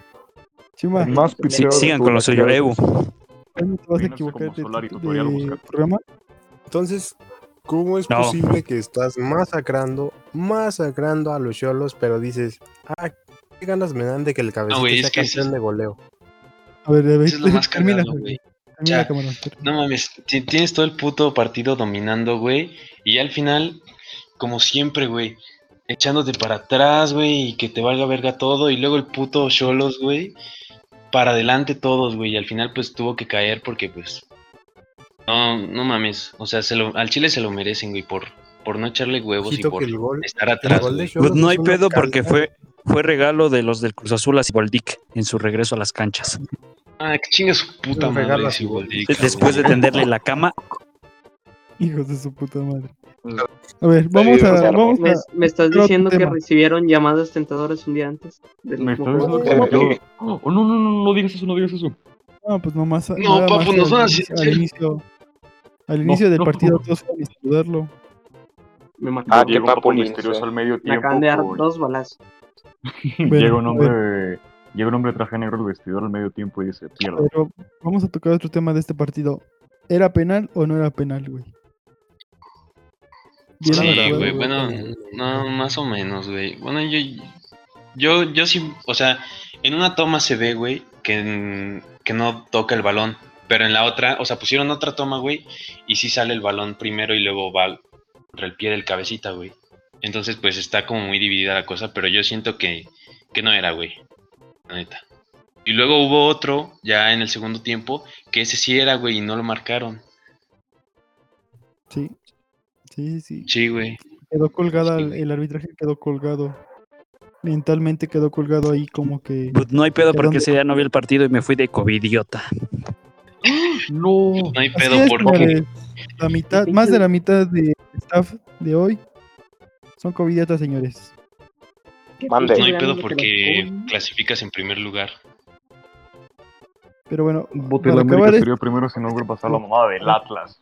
Speaker 9: Chima.
Speaker 10: Más
Speaker 15: Sí,
Speaker 10: pitero de
Speaker 15: sigan con
Speaker 10: tu
Speaker 15: lo suyo,
Speaker 10: vida.
Speaker 15: Lebu.
Speaker 9: Bueno, te vas a
Speaker 1: Vienes
Speaker 9: equivocar
Speaker 1: como
Speaker 9: de,
Speaker 1: Solari,
Speaker 9: de-
Speaker 1: tutorial a
Speaker 9: de
Speaker 1: buscar.
Speaker 9: programa.
Speaker 13: Entonces, ¿cómo es
Speaker 15: No.
Speaker 13: posible que estás masacrando, masacrando a los cholos, pero dices, ah, qué ganas me dan de que el cabecita
Speaker 12: güey,
Speaker 13: sea
Speaker 12: es que eso
Speaker 13: campeón de goleo?
Speaker 9: A ver, a ver.
Speaker 12: Eso es lo más
Speaker 9: termina,
Speaker 12: cagado, güey.
Speaker 9: termina,
Speaker 12: Ya.
Speaker 9: camarón.
Speaker 12: No mames, ti- tienes todo el puto partido dominando, güey. Y al final, como siempre, güey, echándote para atrás, güey, y que te valga verga todo. Y luego el puto Cholos, güey, para adelante todos, güey. Y al final, pues tuvo que caer porque, pues. No, no mames. O sea, se lo- al Chile se lo merecen, güey, por, por no echarle huevos y
Speaker 13: Ojito
Speaker 12: por
Speaker 13: que el gol-
Speaker 12: estar
Speaker 13: el
Speaker 12: atrás.
Speaker 13: gol de
Speaker 12: güey.
Speaker 13: Cholos
Speaker 15: Pues no
Speaker 13: es
Speaker 15: hay
Speaker 13: una
Speaker 15: pedo porque
Speaker 13: calidad.
Speaker 15: fue, fue regalo de los del Cruz Azul a Siboldic en su regreso a las canchas.
Speaker 12: Ah, que chinga su puta
Speaker 13: Un regalo
Speaker 12: madre,
Speaker 13: así,
Speaker 12: sí, güey,
Speaker 15: De- Después de
Speaker 12: cabrón.
Speaker 15: tenderle la cama,
Speaker 9: Hijos de su puta madre. A ver, vamos
Speaker 4: Sí, o
Speaker 9: a.
Speaker 4: sea,
Speaker 9: Vamos
Speaker 11: ¿Me,
Speaker 9: a
Speaker 11: me estás
Speaker 9: otro
Speaker 11: diciendo que
Speaker 9: tema.
Speaker 11: recibieron llamadas tentadoras un día antes? del
Speaker 1: Me
Speaker 11: mismo
Speaker 1: estás diciendo
Speaker 11: juego?
Speaker 1: que me quedo- Oh, no, no, no, no digas eso, no digas eso.
Speaker 9: No, pues nomás.
Speaker 12: No,
Speaker 9: nada
Speaker 12: papu,
Speaker 9: más
Speaker 12: nos
Speaker 9: al
Speaker 12: van a
Speaker 9: inicio-
Speaker 12: hacer-
Speaker 9: Al inicio, al inicio del
Speaker 1: no.
Speaker 9: partido, todos fueron a saludarlo.
Speaker 11: Me mataron.
Speaker 4: Ah, qué
Speaker 1: Llega un papo
Speaker 4: papulín,
Speaker 1: misterioso
Speaker 4: sí.
Speaker 1: al medio
Speaker 11: Me
Speaker 1: tiempo.
Speaker 11: acaban de dar
Speaker 1: con-
Speaker 11: dos balazos.
Speaker 1: Llega un
Speaker 9: Bueno,
Speaker 1: hombre. Llega un hombre de traje negro al vestidor al medio tiempo y dice, pierde.
Speaker 9: Pero vamos a tocar otro tema de este partido. ¿Era penal o no era penal, güey? ¿Vieron el
Speaker 12: Sí,
Speaker 9: juego,
Speaker 12: güey,
Speaker 9: güey?
Speaker 12: bueno, no, más o menos, güey. Bueno, yo, yo, yo sí, o sea, en una toma se ve, güey, que, n- que no toca el balón, pero en la otra, o sea, pusieron otra toma, güey, y sí sale el balón primero y luego va contra el pie del cabecita, güey. Entonces, pues está como muy dividida la cosa, pero yo siento que, que no era, güey. La neta. Y luego hubo otro, ya en el segundo tiempo, que ese sí era, güey, y no lo marcaron.
Speaker 9: Sí. Sí, sí, sí.
Speaker 12: Sí, güey.
Speaker 9: Quedó colgada, el, el arbitraje quedó colgado. Mentalmente quedó colgado ahí como que...
Speaker 15: no hay pedo
Speaker 9: ¿De
Speaker 15: porque
Speaker 9: dónde?
Speaker 15: ese día no vi el partido y me fui de covidiota.
Speaker 9: No.
Speaker 12: No hay
Speaker 9: Así
Speaker 12: pedo
Speaker 9: es,
Speaker 12: porque-
Speaker 9: señores. La mitad, más de la mitad de staff de hoy son covidiotas, señores.
Speaker 4: Mande.
Speaker 12: No hay pedo porque clasificas en primer lugar.
Speaker 9: Pero bueno,
Speaker 1: Bote
Speaker 9: para acabar,
Speaker 1: la América
Speaker 9: este-
Speaker 1: sería primero si no hubiera pasado la mamada del Atlas.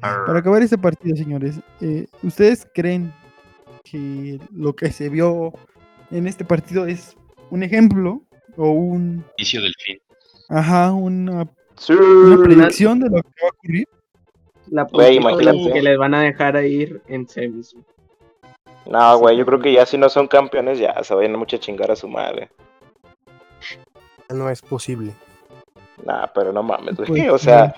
Speaker 9: Para acabar este partido, señores, eh, ¿ustedes creen que lo que se vio en este partido es un ejemplo o un,
Speaker 12: Inicio del fin.
Speaker 9: ajá, una, una predicción de lo que va a ocurrir?
Speaker 11: La
Speaker 4: Güey,
Speaker 11: puta
Speaker 4: imagínate.
Speaker 11: que les van a dejar a ir en semis.
Speaker 4: No, güey, yo creo que ya si no son campeones, ya se vayan mucho a chingar a su madre.
Speaker 13: No es posible.
Speaker 4: Nah, pero no mames, güey.
Speaker 9: Pues,
Speaker 4: o sea,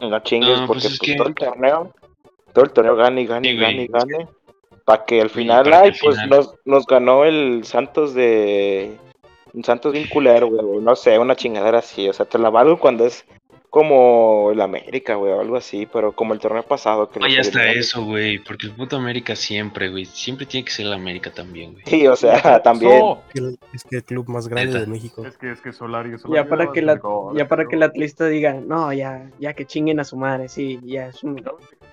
Speaker 4: no chingues
Speaker 12: No,
Speaker 4: porque
Speaker 12: pues es
Speaker 4: pues,
Speaker 12: que-
Speaker 4: todo el torneo, todo el torneo gane y gane y
Speaker 12: Sí,
Speaker 4: gane y
Speaker 12: güey.
Speaker 4: gane. Para que al final,
Speaker 12: para que
Speaker 4: ay,
Speaker 12: al
Speaker 4: pues
Speaker 12: final-
Speaker 4: Nos, nos ganó el Santos de. Un Santos bien culero, güey. o No sé, una chingadera así. O sea, te la valgo cuando es como el América, güey, o algo así. Pero como el torneo pasado. Que nos
Speaker 12: Vaya hasta
Speaker 4: eliminaron.
Speaker 12: eso, güey. Porque el puto América siempre, güey. Siempre tiene que ser el América también, güey.
Speaker 4: Sí, o sea, también.
Speaker 13: El- Es que el club más grande de México.
Speaker 1: Es que, es que Solari es
Speaker 11: Ya para que la, ya para que el atlista diga, no, ya, ya que chinguen a su madre, sí, ya es un,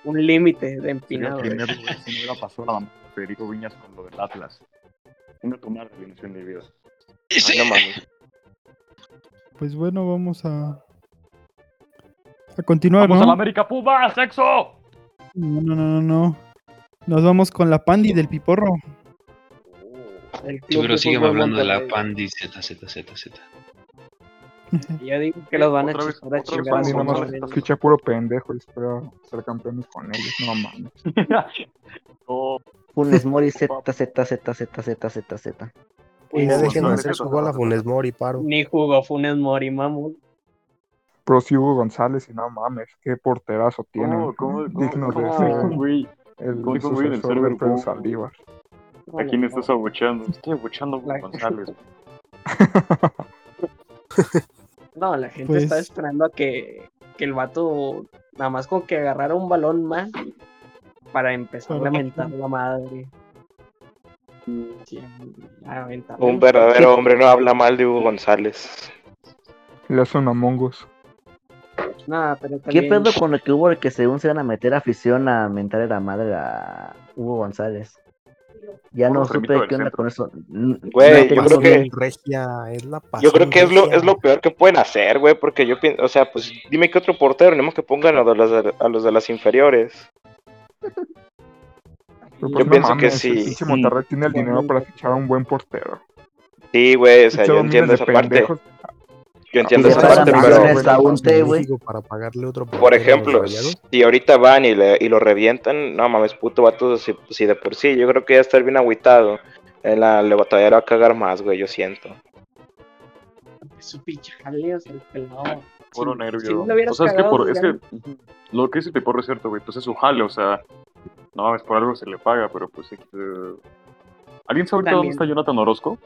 Speaker 11: un límite de
Speaker 1: Sería
Speaker 11: empinado.
Speaker 1: el primero, güey, si no hubiera pasado a Federico Viñas con lo del Atlas. Una tomar violación de vida.
Speaker 4: Ay, no mames.
Speaker 9: Pues bueno, vamos a. A continuar,
Speaker 1: ¡Vamos
Speaker 9: ¿no?
Speaker 1: a la América Puma, sexo!
Speaker 9: No, no, no, no, no. Nos vamos con la pandi del piporro.
Speaker 11: El
Speaker 12: Sí,
Speaker 11: club
Speaker 12: pero
Speaker 11: de
Speaker 12: sígueme
Speaker 11: fútbol
Speaker 12: hablando de la
Speaker 11: Monterrey.
Speaker 12: Pandi Z, Z, Z, Z.
Speaker 11: Ya digo que los van a
Speaker 1: Otra vez-
Speaker 11: chistar a
Speaker 1: otra vez
Speaker 11: chingar a
Speaker 1: vamos
Speaker 11: su
Speaker 1: a
Speaker 10: Nada más
Speaker 11: madre.
Speaker 10: ficha puro pendejo y espero ser campeones con ellos. No mames.
Speaker 1: No,
Speaker 14: Funes Mori Z, Z, Z, Z, Z, Z, Z.
Speaker 13: Y Pues, ya dejen
Speaker 10: no,
Speaker 13: hacer su gol a Funes Mori, paro.
Speaker 11: Ni jugó Funes Mori, mamón.
Speaker 10: Pero si Hugo González y no mames, qué porterazo tiene.
Speaker 1: ¿Cómo, cómo, cómo,
Speaker 10: Digno de
Speaker 1: cómo,
Speaker 10: ser
Speaker 1: güey?
Speaker 10: el
Speaker 1: ¿Cómo, cómo, güey,
Speaker 10: sucesor
Speaker 1: del server,
Speaker 10: de Pedro
Speaker 1: cómo?
Speaker 10: Saldívar.
Speaker 1: ¿A quién estás abucheando? Estoy abucheando a Hugo
Speaker 11: La-
Speaker 1: González.
Speaker 11: No, la gente
Speaker 1: Pues-
Speaker 11: estaba esperando a que, que el vato, nada más con que agarrara un balón más para empezar a
Speaker 9: Para-
Speaker 11: lamentar la madre. Sí, a aventar-
Speaker 4: Un verdadero hombre no habla mal de Hugo González.
Speaker 10: Le hace un Among Us.
Speaker 11: Nada, pero
Speaker 14: ¿Qué
Speaker 11: también-
Speaker 14: pedo con el que hubo el que según se iban a meter afición a mentar a la madre a Hugo González? Ya
Speaker 1: Puro
Speaker 14: no
Speaker 10: pues,
Speaker 1: enfermito
Speaker 14: supe
Speaker 1: del
Speaker 14: qué onda
Speaker 1: centro.
Speaker 14: con eso. Mm, N-
Speaker 4: Güey,
Speaker 14: no
Speaker 4: yo
Speaker 14: pasó
Speaker 4: creo que-
Speaker 14: bien.
Speaker 13: Regia, es la
Speaker 4: Yo creo que es lo,
Speaker 13: pasión
Speaker 4: es lo peor que pueden hacer, güey, porque yo pienso, o sea, pues dime qué otro portero, ni modo que pongan a los, de- a los de las inferiores.
Speaker 10: Pero, pues,
Speaker 4: Yo pienso que
Speaker 10: el
Speaker 4: sí.
Speaker 10: pinche Monterrey tiene el dinero para fichar a un buen portero.
Speaker 4: Sí, güey, o sea,
Speaker 10: Fichó
Speaker 4: yo
Speaker 10: miles
Speaker 4: entiendo
Speaker 10: de
Speaker 4: esa parte.
Speaker 10: pendejos. pues,
Speaker 4: Yo
Speaker 13: regia.
Speaker 4: entiendo
Speaker 13: Y
Speaker 4: esa
Speaker 13: ahora
Speaker 4: parte,
Speaker 13: me
Speaker 4: pero
Speaker 13: hacen esta
Speaker 14: un té, güey.
Speaker 13: México Para pagarle otro
Speaker 4: por
Speaker 13: portero a los
Speaker 4: ejemplo,
Speaker 13: Rayados.
Speaker 4: si ahorita van y, le- y lo revientan, no mames, puto vato, si, si de por sí, yo creo que ya estar bien agüitado. En la, le batallará a cagar más, güey, yo siento.
Speaker 11: Su pinche jaleo, o sea, el pelado.
Speaker 1: Puro
Speaker 11: Si-
Speaker 1: nervio.
Speaker 11: si no lo hubieras
Speaker 1: o sea, es que,
Speaker 11: cagado,
Speaker 1: por, es que
Speaker 11: ya-
Speaker 1: ujú, lo que dice Piporro es cierto, güey. Pues es su jale, o sea, no mames, por algo se le paga, pero pues. eh, ¿Alguien sabe ahorita dónde
Speaker 11: También.
Speaker 1: está Jonathan Orozco?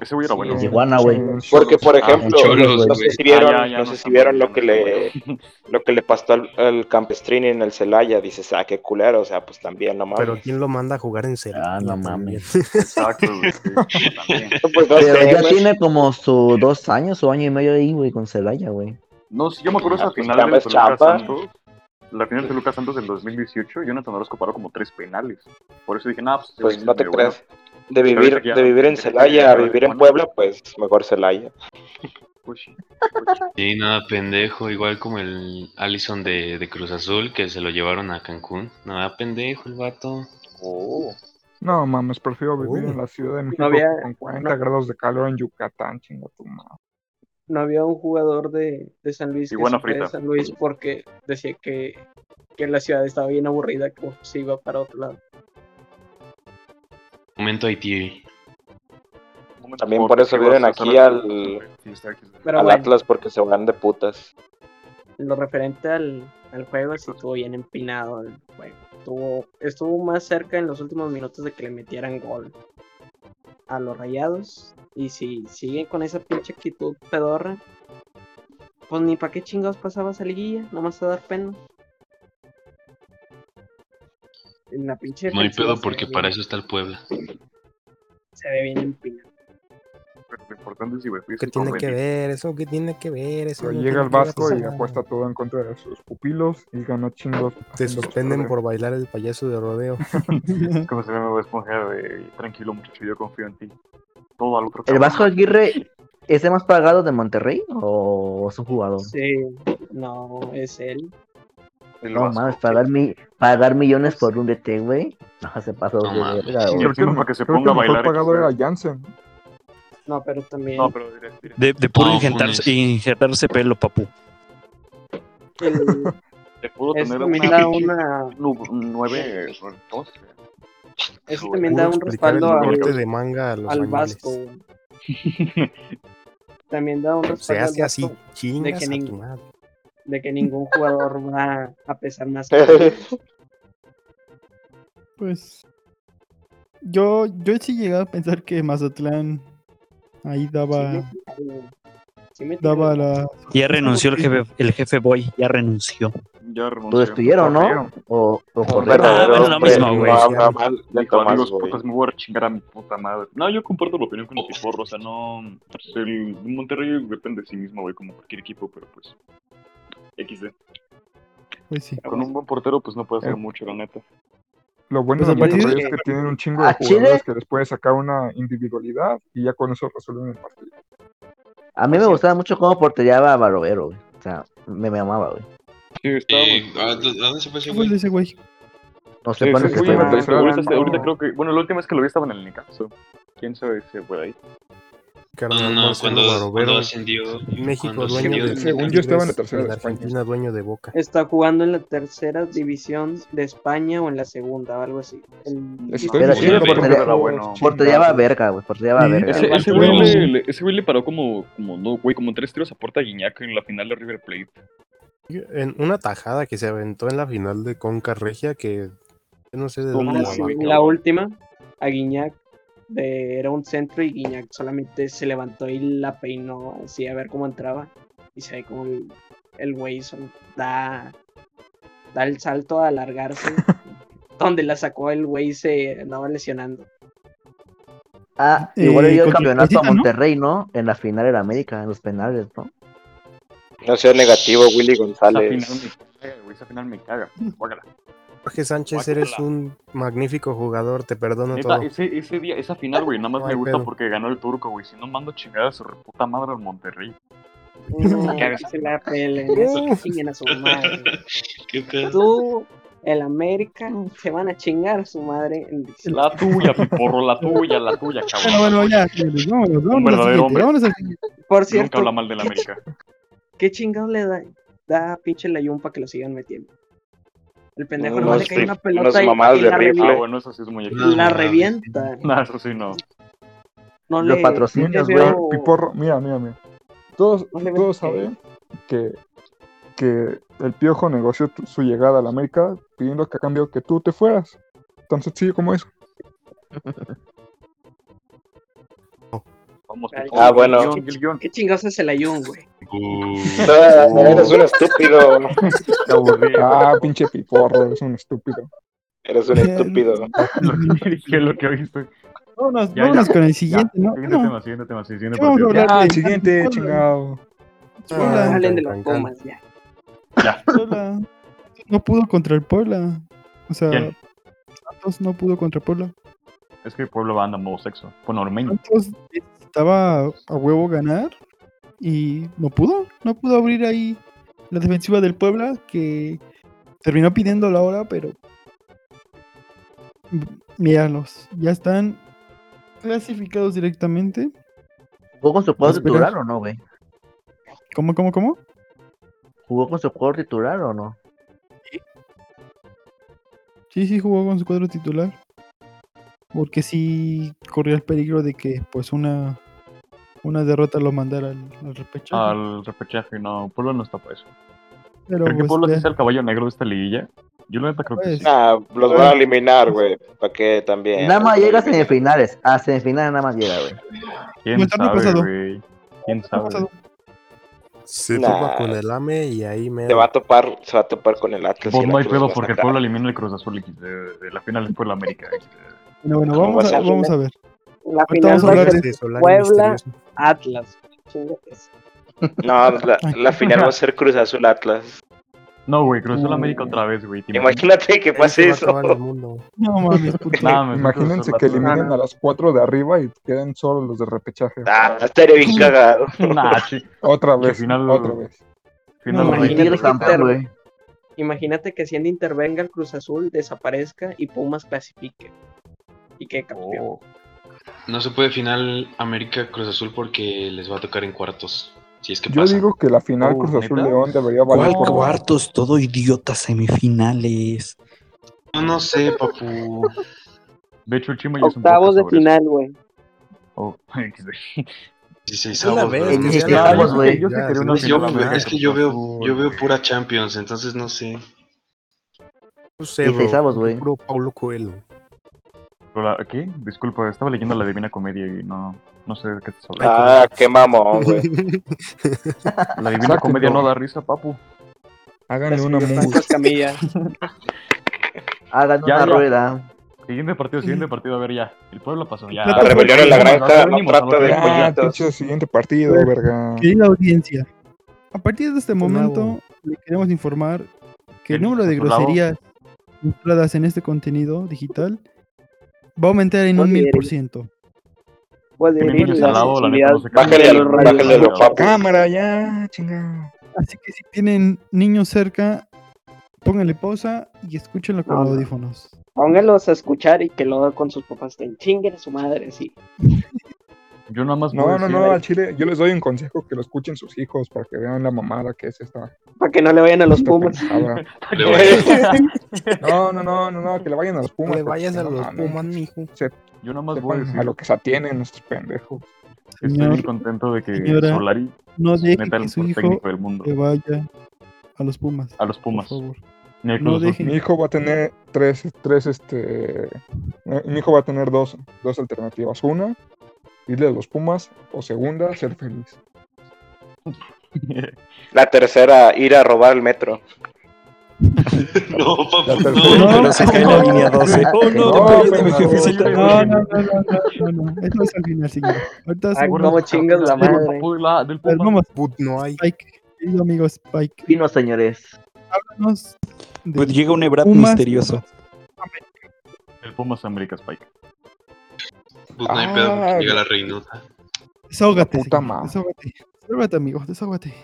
Speaker 1: Ese güey era bueno.
Speaker 14: En Tijuana, güey.
Speaker 4: Porque, por ejemplo,
Speaker 1: Ah, Cholos,
Speaker 4: no, no sé
Speaker 1: güey.
Speaker 4: si vieron,
Speaker 1: Ah, ya, ya,
Speaker 4: no
Speaker 1: no
Speaker 4: sé si
Speaker 1: está
Speaker 4: vieron
Speaker 1: bueno,
Speaker 4: lo que
Speaker 1: no está
Speaker 4: le lo que le pasó al, al Campestrini en el Celaya. Dices, ah, qué culero, o sea, pues también, no mames.
Speaker 13: Pero ¿quién lo manda a jugar en serio? Ah, no mames.
Speaker 1: Exacto, güey. sí, también.
Speaker 4: Pues, no
Speaker 14: Pero
Speaker 4: sé,
Speaker 14: ya
Speaker 4: güey.
Speaker 14: tiene como su dos años o año y medio ahí, güey, con Celaya, güey.
Speaker 1: No, sí, yo me acuerdo
Speaker 4: Ah,
Speaker 1: esa
Speaker 4: pues,
Speaker 1: final
Speaker 4: Chamba
Speaker 1: de
Speaker 4: es
Speaker 1: Lucas
Speaker 4: Chamba.
Speaker 1: Santos. La final de Lucas Santos del 2018, Jonathan Orozco paró como tres penales. Por eso dije, nah, pues. este
Speaker 4: Pues
Speaker 1: güey
Speaker 4: no
Speaker 1: es
Speaker 4: te
Speaker 1: medio
Speaker 4: creas.
Speaker 1: bueno".
Speaker 4: De
Speaker 1: Pero
Speaker 4: vivir,
Speaker 1: ahorita ya-
Speaker 4: de vivir en
Speaker 1: ahorita ya
Speaker 4: Celaya a
Speaker 1: llegaron
Speaker 4: vivir en
Speaker 1: Tijuana.
Speaker 4: Puebla, pues mejor Celaya.
Speaker 1: Pues sí.
Speaker 12: Sí, nada, pendejo. Igual como el Allison de, de Cruz Azul, que se lo llevaron a Cancún. Nada, pendejo el vato.
Speaker 13: Oh.
Speaker 10: No mames, prefiero vivir en la Ciudad de México
Speaker 11: había-
Speaker 10: con 40
Speaker 11: no-
Speaker 10: grados de calor en Yucatán, chinga tu madre.
Speaker 11: no había un jugador de, de San Luis que
Speaker 10: Iguana
Speaker 11: se fue de
Speaker 10: frita.
Speaker 11: San Luis porque decía que, que la ciudad estaba bien aburrida, que se iba para otro lado.
Speaker 12: Momento Haití.
Speaker 4: También por eso vienen aquí al,
Speaker 11: Pero
Speaker 4: al
Speaker 11: bueno.
Speaker 4: Atlas porque se van de putas.
Speaker 11: En lo referente al, al juego, sí estuvo bien empinado el juego. Estuvo, estuvo más cerca en los últimos minutos de que le metieran gol a los rayados. Y si siguen con esa pinche actitud pedorra, pues ni para qué chingados pasabas a liguilla, nomás a dar pena. En la pinche
Speaker 12: No hay
Speaker 11: defensiva
Speaker 12: pedo
Speaker 11: se
Speaker 12: porque
Speaker 11: ve
Speaker 12: para
Speaker 11: bien-
Speaker 12: eso está el Puebla.
Speaker 11: Se ve bien empinado.
Speaker 1: Pero Lo importante es divertirse.
Speaker 13: ¿Qué
Speaker 1: y
Speaker 13: tiene que
Speaker 1: convenir.
Speaker 13: ver? ¿Eso qué tiene que ver? Eso
Speaker 10: Pero
Speaker 13: no
Speaker 10: llega
Speaker 13: tiene
Speaker 10: el
Speaker 13: que ver
Speaker 10: Vasco y
Speaker 13: nada.
Speaker 10: apuesta todo en contra de sus pupilos y gana chingos.
Speaker 13: Te suspenden por bailar el payaso de rodeo.
Speaker 1: Como se me va a esponjar de tranquilo, muchacho, yo confío en ti. Todo al otro
Speaker 14: ¿El
Speaker 1: cabrón.
Speaker 14: Vasco Aguirre es el más pagado de Monterrey o es un jugador?
Speaker 11: Sí, no, es él.
Speaker 14: No mames, pagar, mi, pagar millones por un DT, güey. No, se pasó.
Speaker 12: No
Speaker 14: de
Speaker 12: mames.
Speaker 14: verga, güey.
Speaker 1: Creo que no, para que se
Speaker 10: Creo que
Speaker 1: ponga a
Speaker 10: el mejor
Speaker 1: bailar.
Speaker 10: pagado era Janssen.
Speaker 11: No, pero también.
Speaker 1: No, pero diré, diré.
Speaker 15: De, de puro
Speaker 1: No,
Speaker 15: injetarse, injetarse pelo, papu.
Speaker 11: el-
Speaker 1: Te pudo
Speaker 11: Eso
Speaker 1: tener
Speaker 11: también
Speaker 1: una,
Speaker 11: da una.
Speaker 1: nu- nueve dos.
Speaker 11: Eso
Speaker 1: Puro
Speaker 11: también da un
Speaker 13: explicar el
Speaker 11: respaldo al,
Speaker 13: corte de manga a los
Speaker 11: al
Speaker 13: albañiles.
Speaker 11: Vasco. güey. También da un
Speaker 13: Se
Speaker 11: respaldo al
Speaker 13: hace así,
Speaker 11: dato de
Speaker 13: chingas
Speaker 11: que,
Speaker 13: a
Speaker 11: nin-
Speaker 13: tu madre.
Speaker 11: de que ningún jugador va a pesar más que otro.
Speaker 9: Pues yo, yo sí llegaba a pensar que Mazatlán ahí daba,
Speaker 11: Sí me tiró.
Speaker 9: daba la...
Speaker 15: Ya renunció el jefe, el jefe Boy, ya renunció.
Speaker 1: Ya
Speaker 14: Lo despidieron, ¿no? O, o corrieron.
Speaker 15: verdadero Ah, bueno, lo hombre, mismo, güey.
Speaker 1: No,
Speaker 15: no,
Speaker 1: mal,
Speaker 4: neta más,
Speaker 1: amigos,
Speaker 4: güey.
Speaker 1: putas, me voy a chingar a mi puta madre. No, yo comparto la opinión con el Tiporro, o sea, no... pues, el Monterrey depende de sí mismo, güey, como cualquier equipo, pero pues... XD.
Speaker 9: Pues sí.
Speaker 1: Con un buen portero, pues no puede hacer mucho, la neta.
Speaker 10: Lo bueno
Speaker 1: Pues
Speaker 10: de
Speaker 1: a partir
Speaker 10: Monterrey
Speaker 1: de
Speaker 10: es que
Speaker 1: que-
Speaker 10: tienen un chingo
Speaker 1: ¿A
Speaker 10: de
Speaker 1: Chile?
Speaker 10: jugadores que les puede sacar una individualidad y ya con eso resuelven el partido.
Speaker 14: A mí me gustaba mucho cómo porteaba a Barovero, güey. O sea, me, me amaba, güey.
Speaker 12: Eh, ¿A a dónde se fue
Speaker 9: ¿Qué fue
Speaker 12: ese
Speaker 9: el
Speaker 12: güey?
Speaker 9: de ese güey?
Speaker 14: No
Speaker 1: Sí,
Speaker 14: sé cuándo
Speaker 1: sí,
Speaker 14: se
Speaker 1: sí,
Speaker 14: fue.
Speaker 1: ahorita- ahorita, ahorita creo que... Bueno, la última vez que lo vi estaba en el Nicaso. ¿Quién sabe si fue ahí?
Speaker 13: Carlos
Speaker 12: No, no, no,
Speaker 13: Marcelo
Speaker 12: cuando-
Speaker 13: Barovero,
Speaker 12: cuando ascendió-
Speaker 13: México
Speaker 12: cuando
Speaker 13: dueño
Speaker 12: ascendió-
Speaker 13: de
Speaker 12: Según yo estaba en la
Speaker 10: tercera de España.
Speaker 13: Argentina dueño de Boca.
Speaker 11: Está jugando en la tercera división de España o en la segunda o algo así. El-
Speaker 10: Estoy
Speaker 14: Pero
Speaker 10: diciendo
Speaker 14: sí,
Speaker 10: que
Speaker 14: portería-
Speaker 10: era bueno.
Speaker 14: Porteaba verga, güey. Porteaba verga.
Speaker 1: Ese,
Speaker 14: güey.
Speaker 1: ese güey le, le- ese güey le paró como, como, no, güey, como tres tiros a puerta a Guiñac en la final de River Plate.
Speaker 13: En una tajada que se aventó en la final de Conca Regia que yo no sé de
Speaker 1: ¿Cómo
Speaker 13: dónde
Speaker 11: Ah,
Speaker 13: la
Speaker 11: sí,
Speaker 13: marca.
Speaker 11: la última, a Guiñac, de- era un centro y Guiñac solamente se levantó y la peinó así a ver cómo entraba. Y se ve como el, el güey solo da, da el salto a alargarse. donde la sacó el güey se andaba lesionando.
Speaker 14: Ah,
Speaker 11: Eh,
Speaker 14: igual le dio el
Speaker 11: contra
Speaker 14: campeonato a
Speaker 11: Pachuca, ¿no?
Speaker 14: Monterrey, ¿no? En la final de la América, en los penales, ¿no?
Speaker 4: No sea negativo, Willy
Speaker 1: Esa
Speaker 4: González.
Speaker 1: final me caga, Eh, güey, esa final me caga. Guácala.
Speaker 13: Jorge Sánchez, eres
Speaker 1: Guácala.
Speaker 13: un magnífico jugador, te perdono
Speaker 1: Neta,
Speaker 13: todo.
Speaker 1: ese, ese día, esa final, güey, nada más
Speaker 13: No
Speaker 1: me
Speaker 13: hay
Speaker 1: gusta
Speaker 13: pedo.
Speaker 1: porque ganó el turco, güey. Si no mando chingadas a su puta madre al Monterrey.
Speaker 11: No,
Speaker 1: ¿Qué haces?
Speaker 11: que se la peleen, eso que chinguen a su madre.
Speaker 12: ¿Qué pedo?
Speaker 11: Tú, el América, se van a chingar a su madre. en diciembre.
Speaker 1: La tuya, mi porro, la tuya, la tuya,
Speaker 9: Bueno,
Speaker 1: cabrón.
Speaker 9: bueno, ya. señores, Vámonos,
Speaker 1: Un
Speaker 9: vámonos. al
Speaker 1: verdadero
Speaker 9: siguiente,
Speaker 1: hombre.
Speaker 9: vámonos al siguiente.
Speaker 11: Por
Speaker 1: Nunca habla
Speaker 11: cierto,
Speaker 1: mal de la América.
Speaker 11: ¿Qué chingados le da, da a pinche la yumpa que lo sigan metiendo? El pendejo
Speaker 1: Unos
Speaker 11: nomás le cae
Speaker 1: rif-
Speaker 11: una pelota
Speaker 1: unos
Speaker 11: y,
Speaker 1: mamadas
Speaker 11: y
Speaker 1: de
Speaker 11: la,
Speaker 1: rifle.
Speaker 11: revi-
Speaker 1: Ah, bueno, eso sí es muy
Speaker 11: la revienta.
Speaker 1: No, eso sí no.
Speaker 11: No
Speaker 14: Los
Speaker 11: le,
Speaker 14: patrocinios,
Speaker 11: no le
Speaker 14: güey.
Speaker 11: veo-
Speaker 10: Piporro, mira, mira, mira. Todos, todos saben que, que el Piojo negoció tu- su llegada a la América pidiendo que a cambio que tú te fueras. Tan sencillo como eso.
Speaker 1: Vamos,
Speaker 11: Ay,
Speaker 4: Ah, bueno.
Speaker 11: ¿qué- ¿Qué chingados es el ayun, güey?
Speaker 4: No,
Speaker 1: Ah,
Speaker 4: eres un estúpido.
Speaker 10: Qué aburrido. Ah, pinche Piporro, es un estúpido.
Speaker 4: Eres un estúpido.
Speaker 1: ¿Qué es lo que oíste?
Speaker 9: Vámonos,
Speaker 1: Ya,
Speaker 9: vámonos
Speaker 1: ya.
Speaker 9: con el siguiente, ¿no?
Speaker 1: Siguiente
Speaker 9: Bueno,
Speaker 1: tema, siguiente tema, siguiente
Speaker 9: ¿qué vamos a
Speaker 1: partido.
Speaker 9: hablar?
Speaker 10: Ah,
Speaker 9: de-
Speaker 10: el siguiente,
Speaker 9: Puebla.
Speaker 10: chingado.
Speaker 9: Puebla,
Speaker 11: Hablen de
Speaker 13: can,
Speaker 11: los
Speaker 13: can.
Speaker 11: comas, ya.
Speaker 9: Puebla. No pudo contra el Puebla. O sea,
Speaker 1: ¿Quién?
Speaker 9: Santos no pudo contra Puebla.
Speaker 1: Es que el pueblo va anda en modo sexo. Bueno, ormeño.
Speaker 9: Santos necesitaba a huevo ganar y no pudo, no pudo abrir ahí la defensiva del Puebla que terminó pidiendo la hora, pero M- míralos, ya están clasificados directamente.
Speaker 14: ¿Jugó con su cuadro
Speaker 9: Espera.
Speaker 14: titular o no, güey?
Speaker 9: ¿Cómo, cómo, cómo?
Speaker 14: ¿Jugó con su cuadro titular o no?
Speaker 9: Sí, sí jugó con su cuadro titular. Porque sí corría el peligro de que pues una una derrota lo mandara al, al repechaje.
Speaker 1: Al repechaje, no, Pueblo no está para eso.
Speaker 9: pero
Speaker 1: ¿Creen que
Speaker 9: pues,
Speaker 1: Pueblo sí
Speaker 9: ya-
Speaker 1: sea el caballo negro de esta liguilla? Yo la neta creo que sí.
Speaker 4: Ah, los van a eliminar, güey. ¿Para qué también?
Speaker 14: Nada más llega a semifinales. A semifinales nada más llega, güey.
Speaker 1: ¿Quién
Speaker 9: Monterrey
Speaker 1: sabe,
Speaker 9: pasado.
Speaker 1: güey? ¿Quién sabe?
Speaker 13: Se
Speaker 4: Nah.
Speaker 13: topa con el AME y ahí me.
Speaker 4: Se va a topar, se va a topar con el Atlas.
Speaker 1: Pues
Speaker 4: y el
Speaker 1: no hay
Speaker 4: Atlas
Speaker 1: pedo
Speaker 4: va a
Speaker 1: porque el
Speaker 4: sacar.
Speaker 1: Pueblo elimina el Cruz Azul y de, de la final después la América.
Speaker 9: Bueno, bueno,
Speaker 4: ¿Cómo
Speaker 9: vamos
Speaker 4: va
Speaker 9: a,
Speaker 4: a ser?
Speaker 9: vamos a ver.
Speaker 11: La
Speaker 9: Ahorita
Speaker 11: final
Speaker 9: vamos a
Speaker 11: va a
Speaker 9: hablar
Speaker 11: ser
Speaker 13: de Solari
Speaker 11: Puebla,
Speaker 13: misterioso.
Speaker 11: Atlas. pues. Chingate eso.
Speaker 4: No, pues, la, la final va a ser Cruz Azul Atlas.
Speaker 1: No, güey, Cruz Azul
Speaker 14: Mm.
Speaker 1: América otra vez, güey. ¿te imaginas?
Speaker 4: Imagínate que
Speaker 13: Ahí se
Speaker 4: pase
Speaker 13: va a acabar el
Speaker 4: eso.
Speaker 13: mundo.
Speaker 9: No mames, puto.
Speaker 1: Nah, me siento
Speaker 10: Imagínense
Speaker 1: solo,
Speaker 10: que
Speaker 1: solo.
Speaker 10: eliminen a las cuatro de arriba y queden solo los de repechaje.
Speaker 4: Ah, estaría bien cagado.
Speaker 1: Nah, chi-
Speaker 10: Otra
Speaker 1: que
Speaker 10: vez,
Speaker 1: final-
Speaker 10: otra vez.
Speaker 1: final
Speaker 11: No,
Speaker 1: de-
Speaker 11: imagínate.
Speaker 14: Tigres campeón, güey.
Speaker 11: Imagínate que Hacienda intervenga el Cruz Azul, desaparezca y Pumas clasifique. Y que campeón.
Speaker 1: Oh,
Speaker 12: No se puede final América Cruz Azul porque les va a tocar en cuartos. Si es que
Speaker 10: Yo
Speaker 12: pasa. Oh,
Speaker 10: digo que la final
Speaker 1: Uh,
Speaker 10: Cruz Azul
Speaker 1: ¿neta?
Speaker 10: León debería valer
Speaker 15: ¿Cuál
Speaker 10: por
Speaker 15: cuartos? Todo idiota, semifinales.
Speaker 12: No, no sé, papu.
Speaker 1: De hecho, el Chima ya es un
Speaker 11: Octavos
Speaker 1: podcast
Speaker 11: de
Speaker 1: sobre
Speaker 11: final, güey.
Speaker 1: eso. Oh, XD.
Speaker 12: Una
Speaker 13: vez,
Speaker 12: güey.
Speaker 13: que sea la
Speaker 4: pues,
Speaker 12: Yo-
Speaker 13: vez, güey.
Speaker 12: yo sí
Speaker 13: Ya,
Speaker 12: quería
Speaker 13: sí,
Speaker 12: una
Speaker 13: sí,
Speaker 12: final
Speaker 13: sí,
Speaker 12: más,
Speaker 13: sí,
Speaker 12: Es que
Speaker 13: por
Speaker 12: yo veo,
Speaker 13: favor.
Speaker 12: yo veo pura Champions, entonces no sé.
Speaker 13: No
Speaker 1: Y
Speaker 13: sé, bro.
Speaker 1: seisavos, güey.
Speaker 13: Puro Paulo Coelho.
Speaker 1: Hola, ¿Qué? Disculpa, estaba leyendo la Divina Comedia y no, no sé de qué te hablas.
Speaker 4: Ah, qué mamón, güey.
Speaker 1: La Divina
Speaker 4: Sáquenlo.
Speaker 1: Comedia no da risa, papu.
Speaker 10: Háganle una mousse.
Speaker 14: Hagan
Speaker 1: Ya,
Speaker 14: una
Speaker 1: ya.
Speaker 10: Ah,
Speaker 14: rueda.
Speaker 1: Siguiente partido, siguiente partido, a ver ya. El pueblo pasó ya.
Speaker 14: La rebelión en la granja no trata de
Speaker 10: Ah,
Speaker 1: puñetas.
Speaker 10: pinche siguiente partido,
Speaker 13: Pues,
Speaker 10: verga.
Speaker 9: Pues, Querida audiencia, a partir de este momento le queremos informar que el número de
Speaker 10: por su lado.
Speaker 9: groserías mostradas en este contenido digital va a aumentar en un mil por ciento.
Speaker 10: Cámara, ya, chingada.
Speaker 9: Así que si tienen niños cerca, pónganle pausa y escúchenlo con
Speaker 11: No, no.
Speaker 9: audífonos.
Speaker 11: Póngalos a escuchar y que lo haga con sus papás. Que chinguen a su madre, sí.
Speaker 1: Yo nada más.
Speaker 10: No,
Speaker 1: puedo
Speaker 10: no,
Speaker 1: decir-
Speaker 10: no, al chile. Yo les doy un consejo que lo escuchen sus hijos para que vean la mamada que es esta.
Speaker 11: Para que no le vayan a los Pumas.
Speaker 10: No, no, no, no, no, que le vayan a los Pumas.
Speaker 13: le vayas
Speaker 10: porque
Speaker 13: a
Speaker 10: no
Speaker 13: los
Speaker 10: mames.
Speaker 13: Pumas, mijo.
Speaker 10: Se-
Speaker 1: Yo nada más
Speaker 10: sepan
Speaker 1: voy a decir.
Speaker 10: a lo que se atienen nuestros pendejos.
Speaker 1: Estoy
Speaker 9: Señor,
Speaker 1: bien contento de que
Speaker 9: señora,
Speaker 1: Solari
Speaker 9: No
Speaker 1: es
Speaker 9: dejen
Speaker 1: neta el
Speaker 9: que su
Speaker 1: mejor
Speaker 9: hijo
Speaker 1: técnico del mundo.
Speaker 9: le vaya a los Pumas.
Speaker 1: A los Pumas.
Speaker 9: Por favor.
Speaker 1: Ni al
Speaker 9: No
Speaker 1: Cruz Azul.
Speaker 9: dejen.
Speaker 10: Mi hijo va a tener tres, tres, este. eh, Mi hijo va a tener dos, dos alternativas. Una, irle a los Pumas, o segunda, ser feliz.
Speaker 4: La tercera, ir a robar el metro.
Speaker 12: No,
Speaker 4: La
Speaker 9: pero se cae la línea 12.
Speaker 10: Oh,
Speaker 9: no,
Speaker 10: mi jefecita.
Speaker 9: No, no, no, no, no, no, no. Eso es al final, señor. Ahorita
Speaker 11: Ay, cómo chingas la madre.
Speaker 1: del
Speaker 9: Puma. Vamos,
Speaker 13: no hay.
Speaker 9: Spike, querido amigo Spike,
Speaker 14: Y no, señores.
Speaker 9: háblanos
Speaker 16: Pues llega un Ebrat
Speaker 9: Pumas.
Speaker 16: misterioso.
Speaker 1: El Pumas América Spike.
Speaker 12: Pues no hay
Speaker 9: Ah,
Speaker 12: pedo porque llega
Speaker 9: güey.
Speaker 12: la reinota.
Speaker 9: Desahógate,
Speaker 10: La puta
Speaker 9: señor,
Speaker 10: madre.
Speaker 9: desahógate. Desahógate, amigo, desahógate.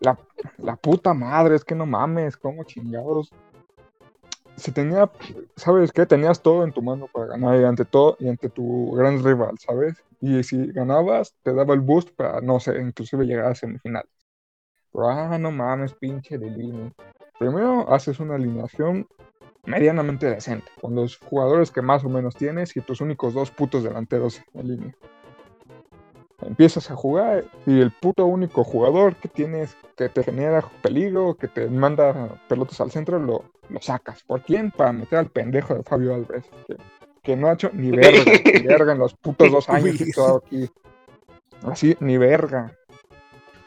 Speaker 10: La, la puta madre, es que no mames, como chingados. Si tenía, ¿sabes qué? Tenías todo en tu mano para ganar y ante todo y ante tu gran rival, ¿sabes? Y si ganabas, te daba el boost para, no sé, inclusive llegar a semifinales. Pero, ah, no mames, pinche de línea. Primero haces una alineación medianamente decente, con los jugadores que más o menos tienes y tus únicos dos putos delanteros en línea empiezas a jugar y el puto único jugador que tienes que te genera peligro, que te manda pelotas al centro, lo, lo sacas. ¿Por quién? Para meter al pendejo de Fabio Alves, que, que no ha hecho ni verga, ni verga en los putos dos años que he estado aquí. Así, ni verga.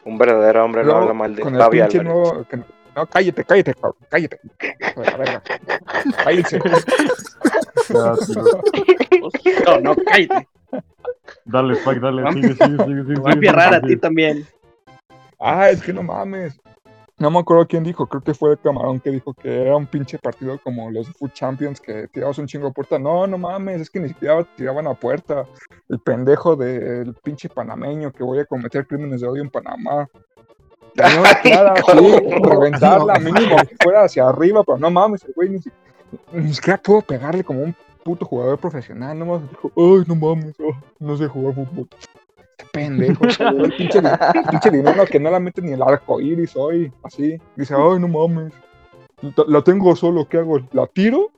Speaker 4: Un verdadero hombre no
Speaker 10: Luego,
Speaker 4: habla mal de
Speaker 10: con el
Speaker 4: Fabi
Speaker 10: pinche
Speaker 4: Álvarez.
Speaker 10: nuevo- que- no, cállate, cállate, cabrón, cállate. Hijo de la verga. Cállense.
Speaker 11: No, no, cállate.
Speaker 1: Dale, Spike, dale. Sigue, sigue, sigue. sigue,
Speaker 11: Va a
Speaker 1: sigue,
Speaker 11: emperrar a
Speaker 1: sigue.
Speaker 11: ti también.
Speaker 10: Ah, es que no mames. No me acuerdo quién dijo, creo que fue el camarón que dijo que era un pinche partido como los Food Champions que tirabas un chingo a puerta. No, no mames, es que ni siquiera tiraban a puerta. El pendejo del pinche panameño que voy a cometer crímenes de odio en Panamá. Tenía una clara así, reventarla mínimo que fuera hacia arriba, pero no mames, el güey ni, si- ni siquiera pudo pegarle como un puto jugador profesional. Nomás dijo, ay, no mames, oh, no sé jugar fútbol. Qué pendejo, el pinche, di- pinche dinero que no la mete ni el arco iris hoy, así. Dice, ay, no mames, la- la tengo solo, ¿qué hago? ¿La tiro?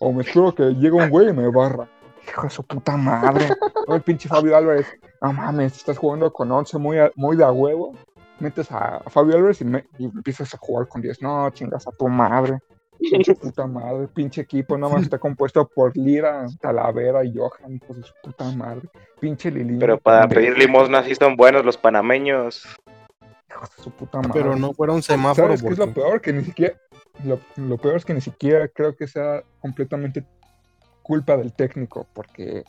Speaker 10: O me espero que llega un güey y me barra. Hijo de su puta madre. Luego el pinche Fabio Álvarez, no mames, estás jugando con 11 muy, a- muy de a huevo. Metes a Fabio Álvarez y, me- y empiezas a jugar con 10. No, chingas a tu madre. Pinche puta madre, pinche equipo, nada más está compuesto por Lira, Talavera y Johan, hijo de su puta madre. Pinche Lili.
Speaker 4: Pero para pedir limosna sí son buenos los panameños.
Speaker 10: su puta madre.
Speaker 13: Pero no fuera un semáforo.
Speaker 10: ¿Sabes qué es lo peor? Que ni siquiera. Lo, lo peor es que ni siquiera creo que sea completamente culpa del técnico, porque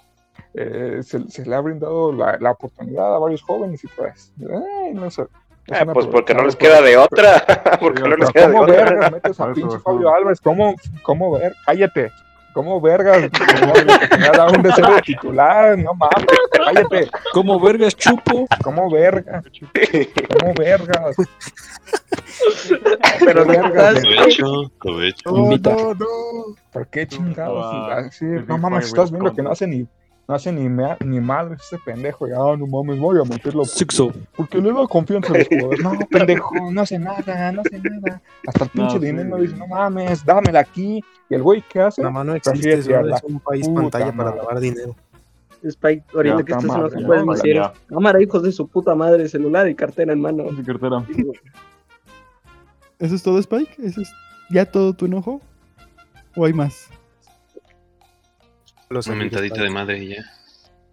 Speaker 10: eh, se, se le ha brindado la, la oportunidad a varios jóvenes y pues. ay, no sé. Es
Speaker 4: Ah,
Speaker 10: una
Speaker 4: pues porque no
Speaker 10: aprovechada,
Speaker 4: les queda de
Speaker 10: pero-
Speaker 4: otra.
Speaker 10: pero-
Speaker 4: Porque no
Speaker 10: pero
Speaker 4: les queda de
Speaker 10: ¿Cómo
Speaker 4: otra.
Speaker 10: vergas metes a pinche Fabio Álvarez? ¿Cómo, cómo ver? Cállate. ¿Cómo vergas? Me da un deseo de titular, no mames. Cállate.
Speaker 16: ¿Cómo vergas, chupo?
Speaker 10: ¿Cómo vergas? ¿Cómo vergas?
Speaker 12: Pero
Speaker 10: ¿Cómo vergas?
Speaker 12: Provecho, provecho.
Speaker 10: No, no, no. ¿Por qué chingados?
Speaker 12: Ah,
Speaker 10: Ah, sí,
Speaker 12: el
Speaker 10: no
Speaker 12: Big
Speaker 10: mames,
Speaker 12: Five
Speaker 10: estás
Speaker 12: Will
Speaker 10: viendo que no hace ni, no hace ni, mea- ni mal este pendejo. Ya, no mames, voy a meterlo. Sixo. Porque le da confianza a los jugadores. No, pendejo, no hace nada, no hace nada. Hasta el pinche
Speaker 13: sí.
Speaker 10: dinero dice, no mames, dámela aquí. Y el güey, ¿qué hace?
Speaker 13: La mano
Speaker 10: Prefiere
Speaker 13: existe, solo
Speaker 10: tirarla.
Speaker 13: es un país
Speaker 10: Puta
Speaker 13: pantalla para
Speaker 10: madre.
Speaker 13: lavar dinero.
Speaker 11: Spike, ahorita
Speaker 10: Ya,
Speaker 11: que estás en
Speaker 10: cámara,
Speaker 11: una sopa de
Speaker 10: ya,
Speaker 11: miseros. Cámara, hijos de su puta madre, celular y cartera en mano.
Speaker 1: cartera.
Speaker 9: ¿Eso es todo, Spike? ¿Eso es ya todo tu enojo? ¿O hay más?
Speaker 12: Una mentadita de madre y ya.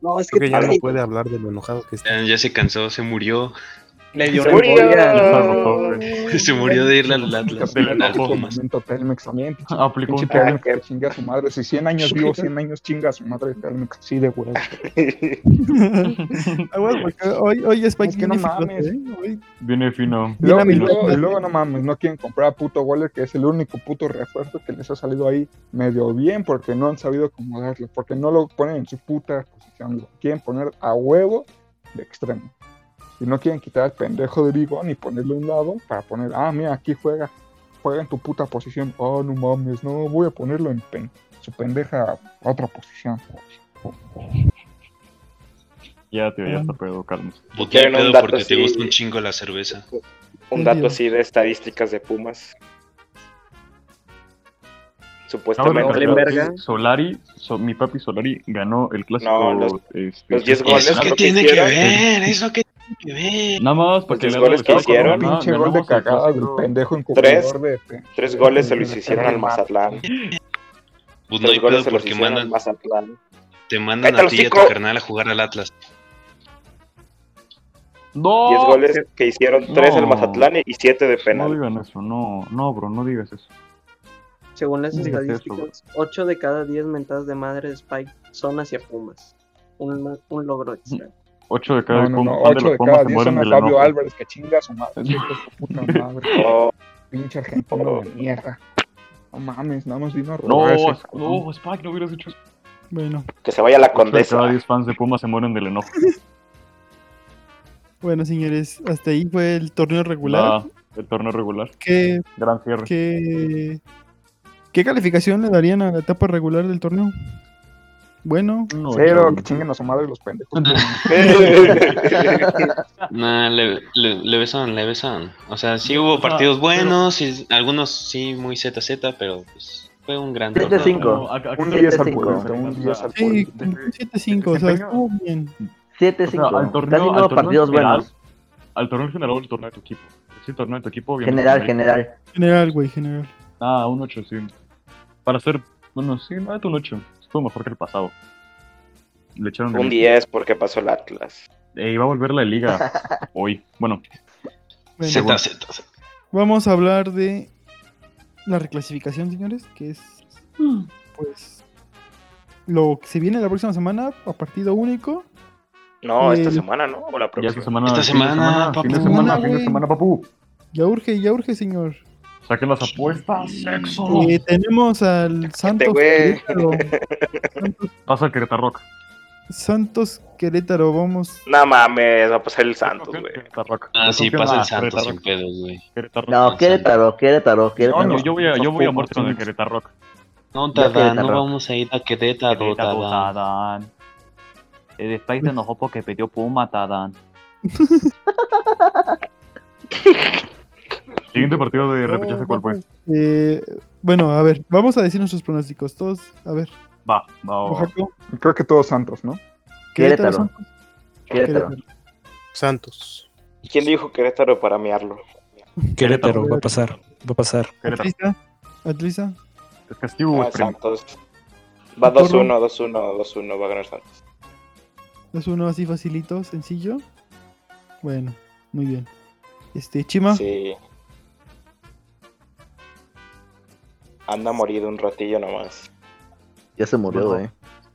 Speaker 11: No, es
Speaker 13: Creo que ya no
Speaker 12: Ay.
Speaker 13: puede hablar de lo enojado que está.
Speaker 12: ya. ya se cansó, se murió.
Speaker 11: Le
Speaker 13: dio
Speaker 12: se
Speaker 13: rabia.
Speaker 12: murió. se murió de irle al Atlas. al Pumas.
Speaker 10: Momento Telmex también.
Speaker 1: Aplicó
Speaker 10: Pinche
Speaker 1: un-
Speaker 10: Telmex que chinga a su madre. Si 100 años vivo, 100 años chinga a su madre Telmex. Sí, de huevo.
Speaker 9: Aguas, porque hoy, hoy Spike
Speaker 10: Es que no
Speaker 9: viene filote,
Speaker 10: mames.
Speaker 9: ¿eh? Hoy-
Speaker 1: Viene fino.
Speaker 10: Y luego, y
Speaker 1: Viene
Speaker 10: luego- y
Speaker 1: fino.
Speaker 10: luego, no mames, no quieren comprar a puto Waller, que es el único puto refuerzo que les ha salido ahí medio bien, porque no han sabido acomodarlo, porque no lo ponen en su puta posición, lo quieren poner a huevo de extremo. Y no quieren quitar al pendejo de Bigón y ponerlo a un lado para poner, ah, mira, aquí juega, juega en tu puta posición, oh, no mames, no, voy a ponerlo en pen- su pendeja otra posición.
Speaker 1: Ya, tío, ya está pedo, Carlos.
Speaker 12: Botea
Speaker 4: Quieren Mm.
Speaker 12: Pues pedo
Speaker 4: un dato
Speaker 12: porque te
Speaker 4: así.
Speaker 12: gusta un chingo la cerveza.
Speaker 4: Un dato así de estadísticas de Pumas. Supuestamente.
Speaker 1: Ahora, Solari, so- mi papi Solari ganó el clásico.
Speaker 4: No, los-
Speaker 1: este,
Speaker 4: los 10
Speaker 1: sí,
Speaker 4: goles
Speaker 1: ganó.
Speaker 4: que tiene que ver,
Speaker 12: ¿Eso qué tiene que ver?
Speaker 1: Nada más porque
Speaker 4: Los
Speaker 1: le
Speaker 4: goles que
Speaker 1: resultado
Speaker 4: hicieron.
Speaker 1: cuando ganó-
Speaker 4: Pinche gol de
Speaker 1: ganamos el
Speaker 4: cagada,
Speaker 1: clásico.
Speaker 4: güey, pendejo
Speaker 10: Tres-
Speaker 4: Tres goles se los hicieron al Mazatlán.
Speaker 12: Pues no
Speaker 4: Tres
Speaker 12: hay
Speaker 4: goles
Speaker 12: pedo
Speaker 4: se los
Speaker 12: porque
Speaker 4: hicieron al
Speaker 12: mandan,
Speaker 4: Mazatlán.
Speaker 12: te mandan
Speaker 4: ¡Cállate
Speaker 12: a
Speaker 4: los
Speaker 12: ti y a tu
Speaker 4: cinco!
Speaker 12: carnal a jugar al Atlas.
Speaker 1: No.
Speaker 4: 10 goles que hicieron tres
Speaker 1: No.
Speaker 4: al Mazatlán y siete de
Speaker 1: No
Speaker 4: penal.
Speaker 1: digan eso, no, no, bro, no digas eso.
Speaker 11: Según las
Speaker 1: No digas eso,
Speaker 11: estadísticas, 8 de cada 10 mentadas de madre de Spike son hacia Pumas. Un, ma- un logro extra.
Speaker 1: 8 de cada
Speaker 10: No,
Speaker 1: 10
Speaker 10: no, no,
Speaker 1: Pumas- fan de
Speaker 10: 8
Speaker 1: los
Speaker 10: de
Speaker 1: Pumas
Speaker 10: cada
Speaker 1: se
Speaker 10: 10
Speaker 1: mueren
Speaker 10: son a
Speaker 1: del
Speaker 10: Fabio
Speaker 1: enojo.
Speaker 10: Álvarez, que chinga a su madre, hijo de su puta madre. Pinche argentino de mierda. No mames, nada más vino a
Speaker 1: No,
Speaker 10: robar. ese
Speaker 1: es-
Speaker 10: cabrón.
Speaker 1: no, Spike, no hubieras hecho eso.
Speaker 9: Bueno,
Speaker 4: Que se vaya la
Speaker 1: Ocho de
Speaker 4: condesa.
Speaker 1: Cada 10 fans de Pumas se mueren del enojo.
Speaker 9: bueno, señores, hasta ahí fue el torneo regular.
Speaker 1: Va, el torneo regular.
Speaker 9: ¿Qué,
Speaker 1: Gran cierre.
Speaker 9: qué, qué calificación le darían a la etapa regular del torneo? Bueno,
Speaker 10: Cero, que chinguen a su madre los pendejos.
Speaker 12: Nah, le, le, le besan, le besan. O sea, sí hubo partidos buenos, y algunos sí muy ZZ, pero pues, fue un gran
Speaker 14: Siete,
Speaker 12: torneo.
Speaker 14: cinco.
Speaker 12: No, acá- acá
Speaker 10: Un
Speaker 12: se-
Speaker 10: 10
Speaker 12: se-
Speaker 10: al
Speaker 12: se-
Speaker 10: pueblo, un 10 al
Speaker 9: sí,
Speaker 10: pueblo.
Speaker 9: como 7-5, o sea, estuvo bien.
Speaker 14: 7-5.
Speaker 1: al
Speaker 14: Están
Speaker 1: torneo,
Speaker 14: siendo
Speaker 1: al torneo
Speaker 14: partidos
Speaker 1: general,
Speaker 14: buenos.
Speaker 1: Al torneo general o al torneo de tu equipo. Sí, el torneo de tu equipo. obviamente,
Speaker 14: General,
Speaker 1: también.
Speaker 14: general.
Speaker 9: General, güey, general.
Speaker 1: Ah, un 8, sí. Para ser, bueno, sí, no, es un 8. Estuvo mejor que el pasado. Le echaron
Speaker 4: Un 10 porque pasó el Atlas.
Speaker 1: Y va a volver la liga hoy. Bueno,
Speaker 9: Bueno.
Speaker 1: según-
Speaker 9: Vamos a hablar de la reclasificación, señores, que es pues lo que se viene la próxima semana a partido único.
Speaker 4: No, esta
Speaker 9: Eh,
Speaker 4: semana, ¿no? O la
Speaker 1: ya
Speaker 4: próxima.
Speaker 1: esta semana.
Speaker 12: Esta
Speaker 1: Ah, fin de
Speaker 12: semana,
Speaker 1: fin de
Speaker 12: papu.
Speaker 1: semana,
Speaker 9: Semana,
Speaker 1: fin de
Speaker 9: güey.
Speaker 1: semana, papu.
Speaker 9: Ya urge, ya urge, señor.
Speaker 1: Saquen las apuestas, sexo.
Speaker 9: Eh, tenemos al Santos
Speaker 4: güey.
Speaker 9: Querétaro.
Speaker 1: Pasa el Querétaro Rock.
Speaker 9: Santos Querétaro, vamos.
Speaker 4: No mames, va a pasar el Santos, güey.
Speaker 12: Ah, sí,
Speaker 1: Confío en
Speaker 12: pasa
Speaker 1: la
Speaker 12: el Santos
Speaker 1: Querétaro.
Speaker 12: sin pedos, güey.
Speaker 1: Querétaro Rock.
Speaker 14: No, Querétaro, Querétaro, Querétaro.
Speaker 1: yo, yo voy a, yo voy a muerte con el Querétaro Rock.
Speaker 12: No,
Speaker 14: Ya
Speaker 12: Tadán, no
Speaker 14: Querétaro.
Speaker 12: vamos a ir a Querétaro,
Speaker 17: Querétaro,
Speaker 12: Tadán.
Speaker 17: Tadán. El Spike se enojó porque pidió Puma, Tadán.
Speaker 1: Siguiente partido de repechaje, ¿cuál fue?
Speaker 9: Eh, bueno, a ver, vamos a decir nuestros pronósticos. Todos, a ver.
Speaker 1: Va, va, va.
Speaker 9: Oaxaca,
Speaker 10: Creo que todos santos, ¿no?
Speaker 9: Querétaro,
Speaker 10: Querétaro.
Speaker 9: Santos.
Speaker 10: Querétaro.
Speaker 13: Santos.
Speaker 4: ¿Quién dijo Querétaro para mearlo?
Speaker 15: Querétaro, va a pasar, va a pasar.
Speaker 9: Atlista, Atlista.
Speaker 1: Es castigo,
Speaker 4: Ah, Santos. Va 2-1, 2-1, 2-1, va a ganar Santos.
Speaker 9: Es uno así facilito, sencillo. Bueno, muy bien. Este, Chima.
Speaker 4: Sí. Anda morido un ratillo nomás.
Speaker 14: Ya se murió,
Speaker 1: Bueno,
Speaker 14: eh.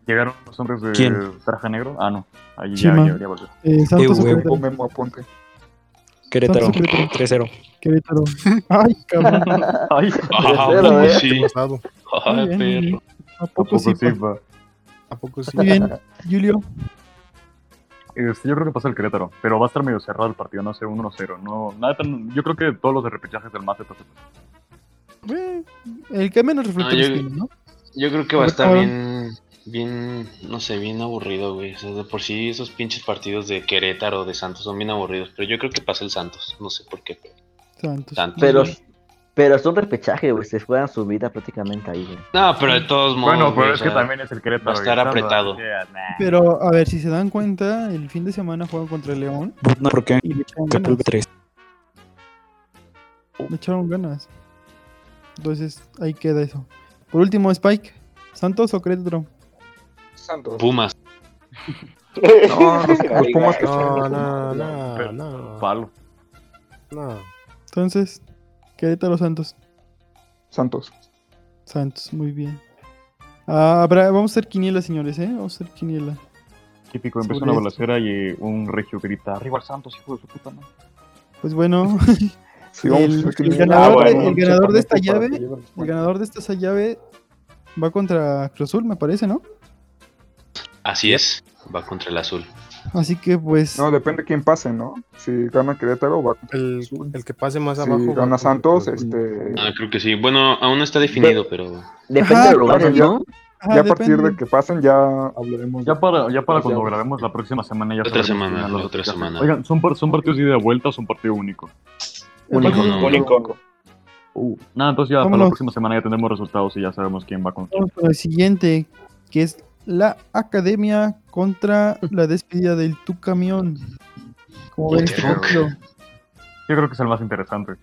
Speaker 1: Llegaron los hombres de
Speaker 14: ¿Quién?
Speaker 1: traje negro. Ah, no. Ahí ya,
Speaker 9: Chima.
Speaker 1: ya, ya volvió.
Speaker 9: Eh, Santos o Querétaro.
Speaker 10: Memo apunte.
Speaker 15: Querétaro,
Speaker 9: Santos o Querétaro.
Speaker 15: 3-0.
Speaker 9: Querétaro. Ay, cabrón.
Speaker 1: Ay,
Speaker 15: Ah,
Speaker 13: Tercero,
Speaker 15: uy,
Speaker 13: eh.
Speaker 15: sí.
Speaker 9: Muy bien, muy bien. ¿A poco sí? pa?
Speaker 13: ¿A poco sí?
Speaker 9: Muy bien, Julio.
Speaker 1: Este, yo creo que pasa el Querétaro, pero va a estar medio cerrado el partido, no sé, 1-0. No, nada tan- yo creo que todos los de repechajes del MAS pasa.
Speaker 9: Eh, El que menos
Speaker 12: No,
Speaker 9: reflectores
Speaker 12: yo,
Speaker 9: tiene, ¿no?
Speaker 12: yo creo que va a estar
Speaker 9: Ahora.
Speaker 12: bien, bien, no sé, bien aburrido, güey. O sea, de por sí esos pinches partidos de Querétaro o de Santos son bien aburridos, pero yo creo que pasa el Santos, no sé por qué. pero
Speaker 9: Santos.
Speaker 12: Santos.
Speaker 14: Pero, Pero es un repechaje, güey. Se juegan su vida prácticamente ahí, güey.
Speaker 12: No, pero de todos modos.
Speaker 17: Bueno, pero
Speaker 12: güey,
Speaker 17: es
Speaker 12: o
Speaker 17: que
Speaker 12: sea,
Speaker 17: también es el Querétaro.
Speaker 12: Va a estar
Speaker 17: y Santos,
Speaker 12: apretado.
Speaker 17: así que, nah.
Speaker 9: Pero, a ver, si se dan cuenta, el fin de semana juegan contra el León.
Speaker 15: Pues
Speaker 16: No, porque
Speaker 9: Y le echaron
Speaker 16: Capul
Speaker 9: ganas.
Speaker 16: 3.
Speaker 9: Le echaron ganas. Entonces, ahí queda eso. Por último, Spike. ¿Santos o Querétaro?
Speaker 10: Santos.
Speaker 12: Pumas. pues,
Speaker 10: No, los, los Pumas que
Speaker 13: No,
Speaker 10: están-
Speaker 13: no, no,
Speaker 17: Pero-
Speaker 13: no.
Speaker 17: Palo.
Speaker 13: No.
Speaker 9: Entonces, Querétaro Santos.
Speaker 10: Santos.
Speaker 9: Santos, muy bien. Ah, habrá- vamos a hacer quiniela, señores, ¿eh? Vamos a hacer quiniela.
Speaker 1: Típico, empieza una balacera y eh, un regio grita, arriba el Santos, hijo de su puta madre.
Speaker 9: Pues bueno,
Speaker 1: Sí, vamos a
Speaker 9: el,
Speaker 1: hacer
Speaker 9: el
Speaker 1: quiniela.
Speaker 9: ganador,
Speaker 1: Ah,
Speaker 9: de-
Speaker 1: bueno,
Speaker 9: el ganador de esta
Speaker 1: para
Speaker 9: llave,
Speaker 1: que lleve los
Speaker 9: el ganador de esta llave va contra Cruz Azul, me parece, ¿no?
Speaker 12: Así es, va contra el azul.
Speaker 9: Así que pues.
Speaker 10: No, depende quién pase, ¿no? Si gana Querétaro, va
Speaker 13: el, el que pase más
Speaker 10: abajo. Si gana Santos, este.
Speaker 12: Ah, creo que sí. Bueno, aún no está definido, pero.
Speaker 10: bueno, ya-
Speaker 9: Ajá,
Speaker 10: ya a partir
Speaker 9: depende.
Speaker 10: de que pasen, ya hablaremos.
Speaker 1: Ya para, ya para cuando
Speaker 10: Ya.
Speaker 1: grabemos la próxima semana. Ya
Speaker 12: Otra
Speaker 1: sabremos
Speaker 12: semana,
Speaker 1: quién ganó los
Speaker 12: otra
Speaker 1: que hacen.
Speaker 12: semana.
Speaker 1: Oigan, ¿son, par- son partidos de ida y vuelta o son partido único? Uh,
Speaker 12: Único, no.
Speaker 4: Único.
Speaker 1: Nada, entonces ya para
Speaker 9: Vámonos.
Speaker 1: la próxima semana ya tendremos resultados y ya sabemos quién va con quién.
Speaker 9: Vamos con el siguiente, que es la academia contra la despedida del tu camión. Como ven, este partido.
Speaker 1: Yo creo que es el más interesante.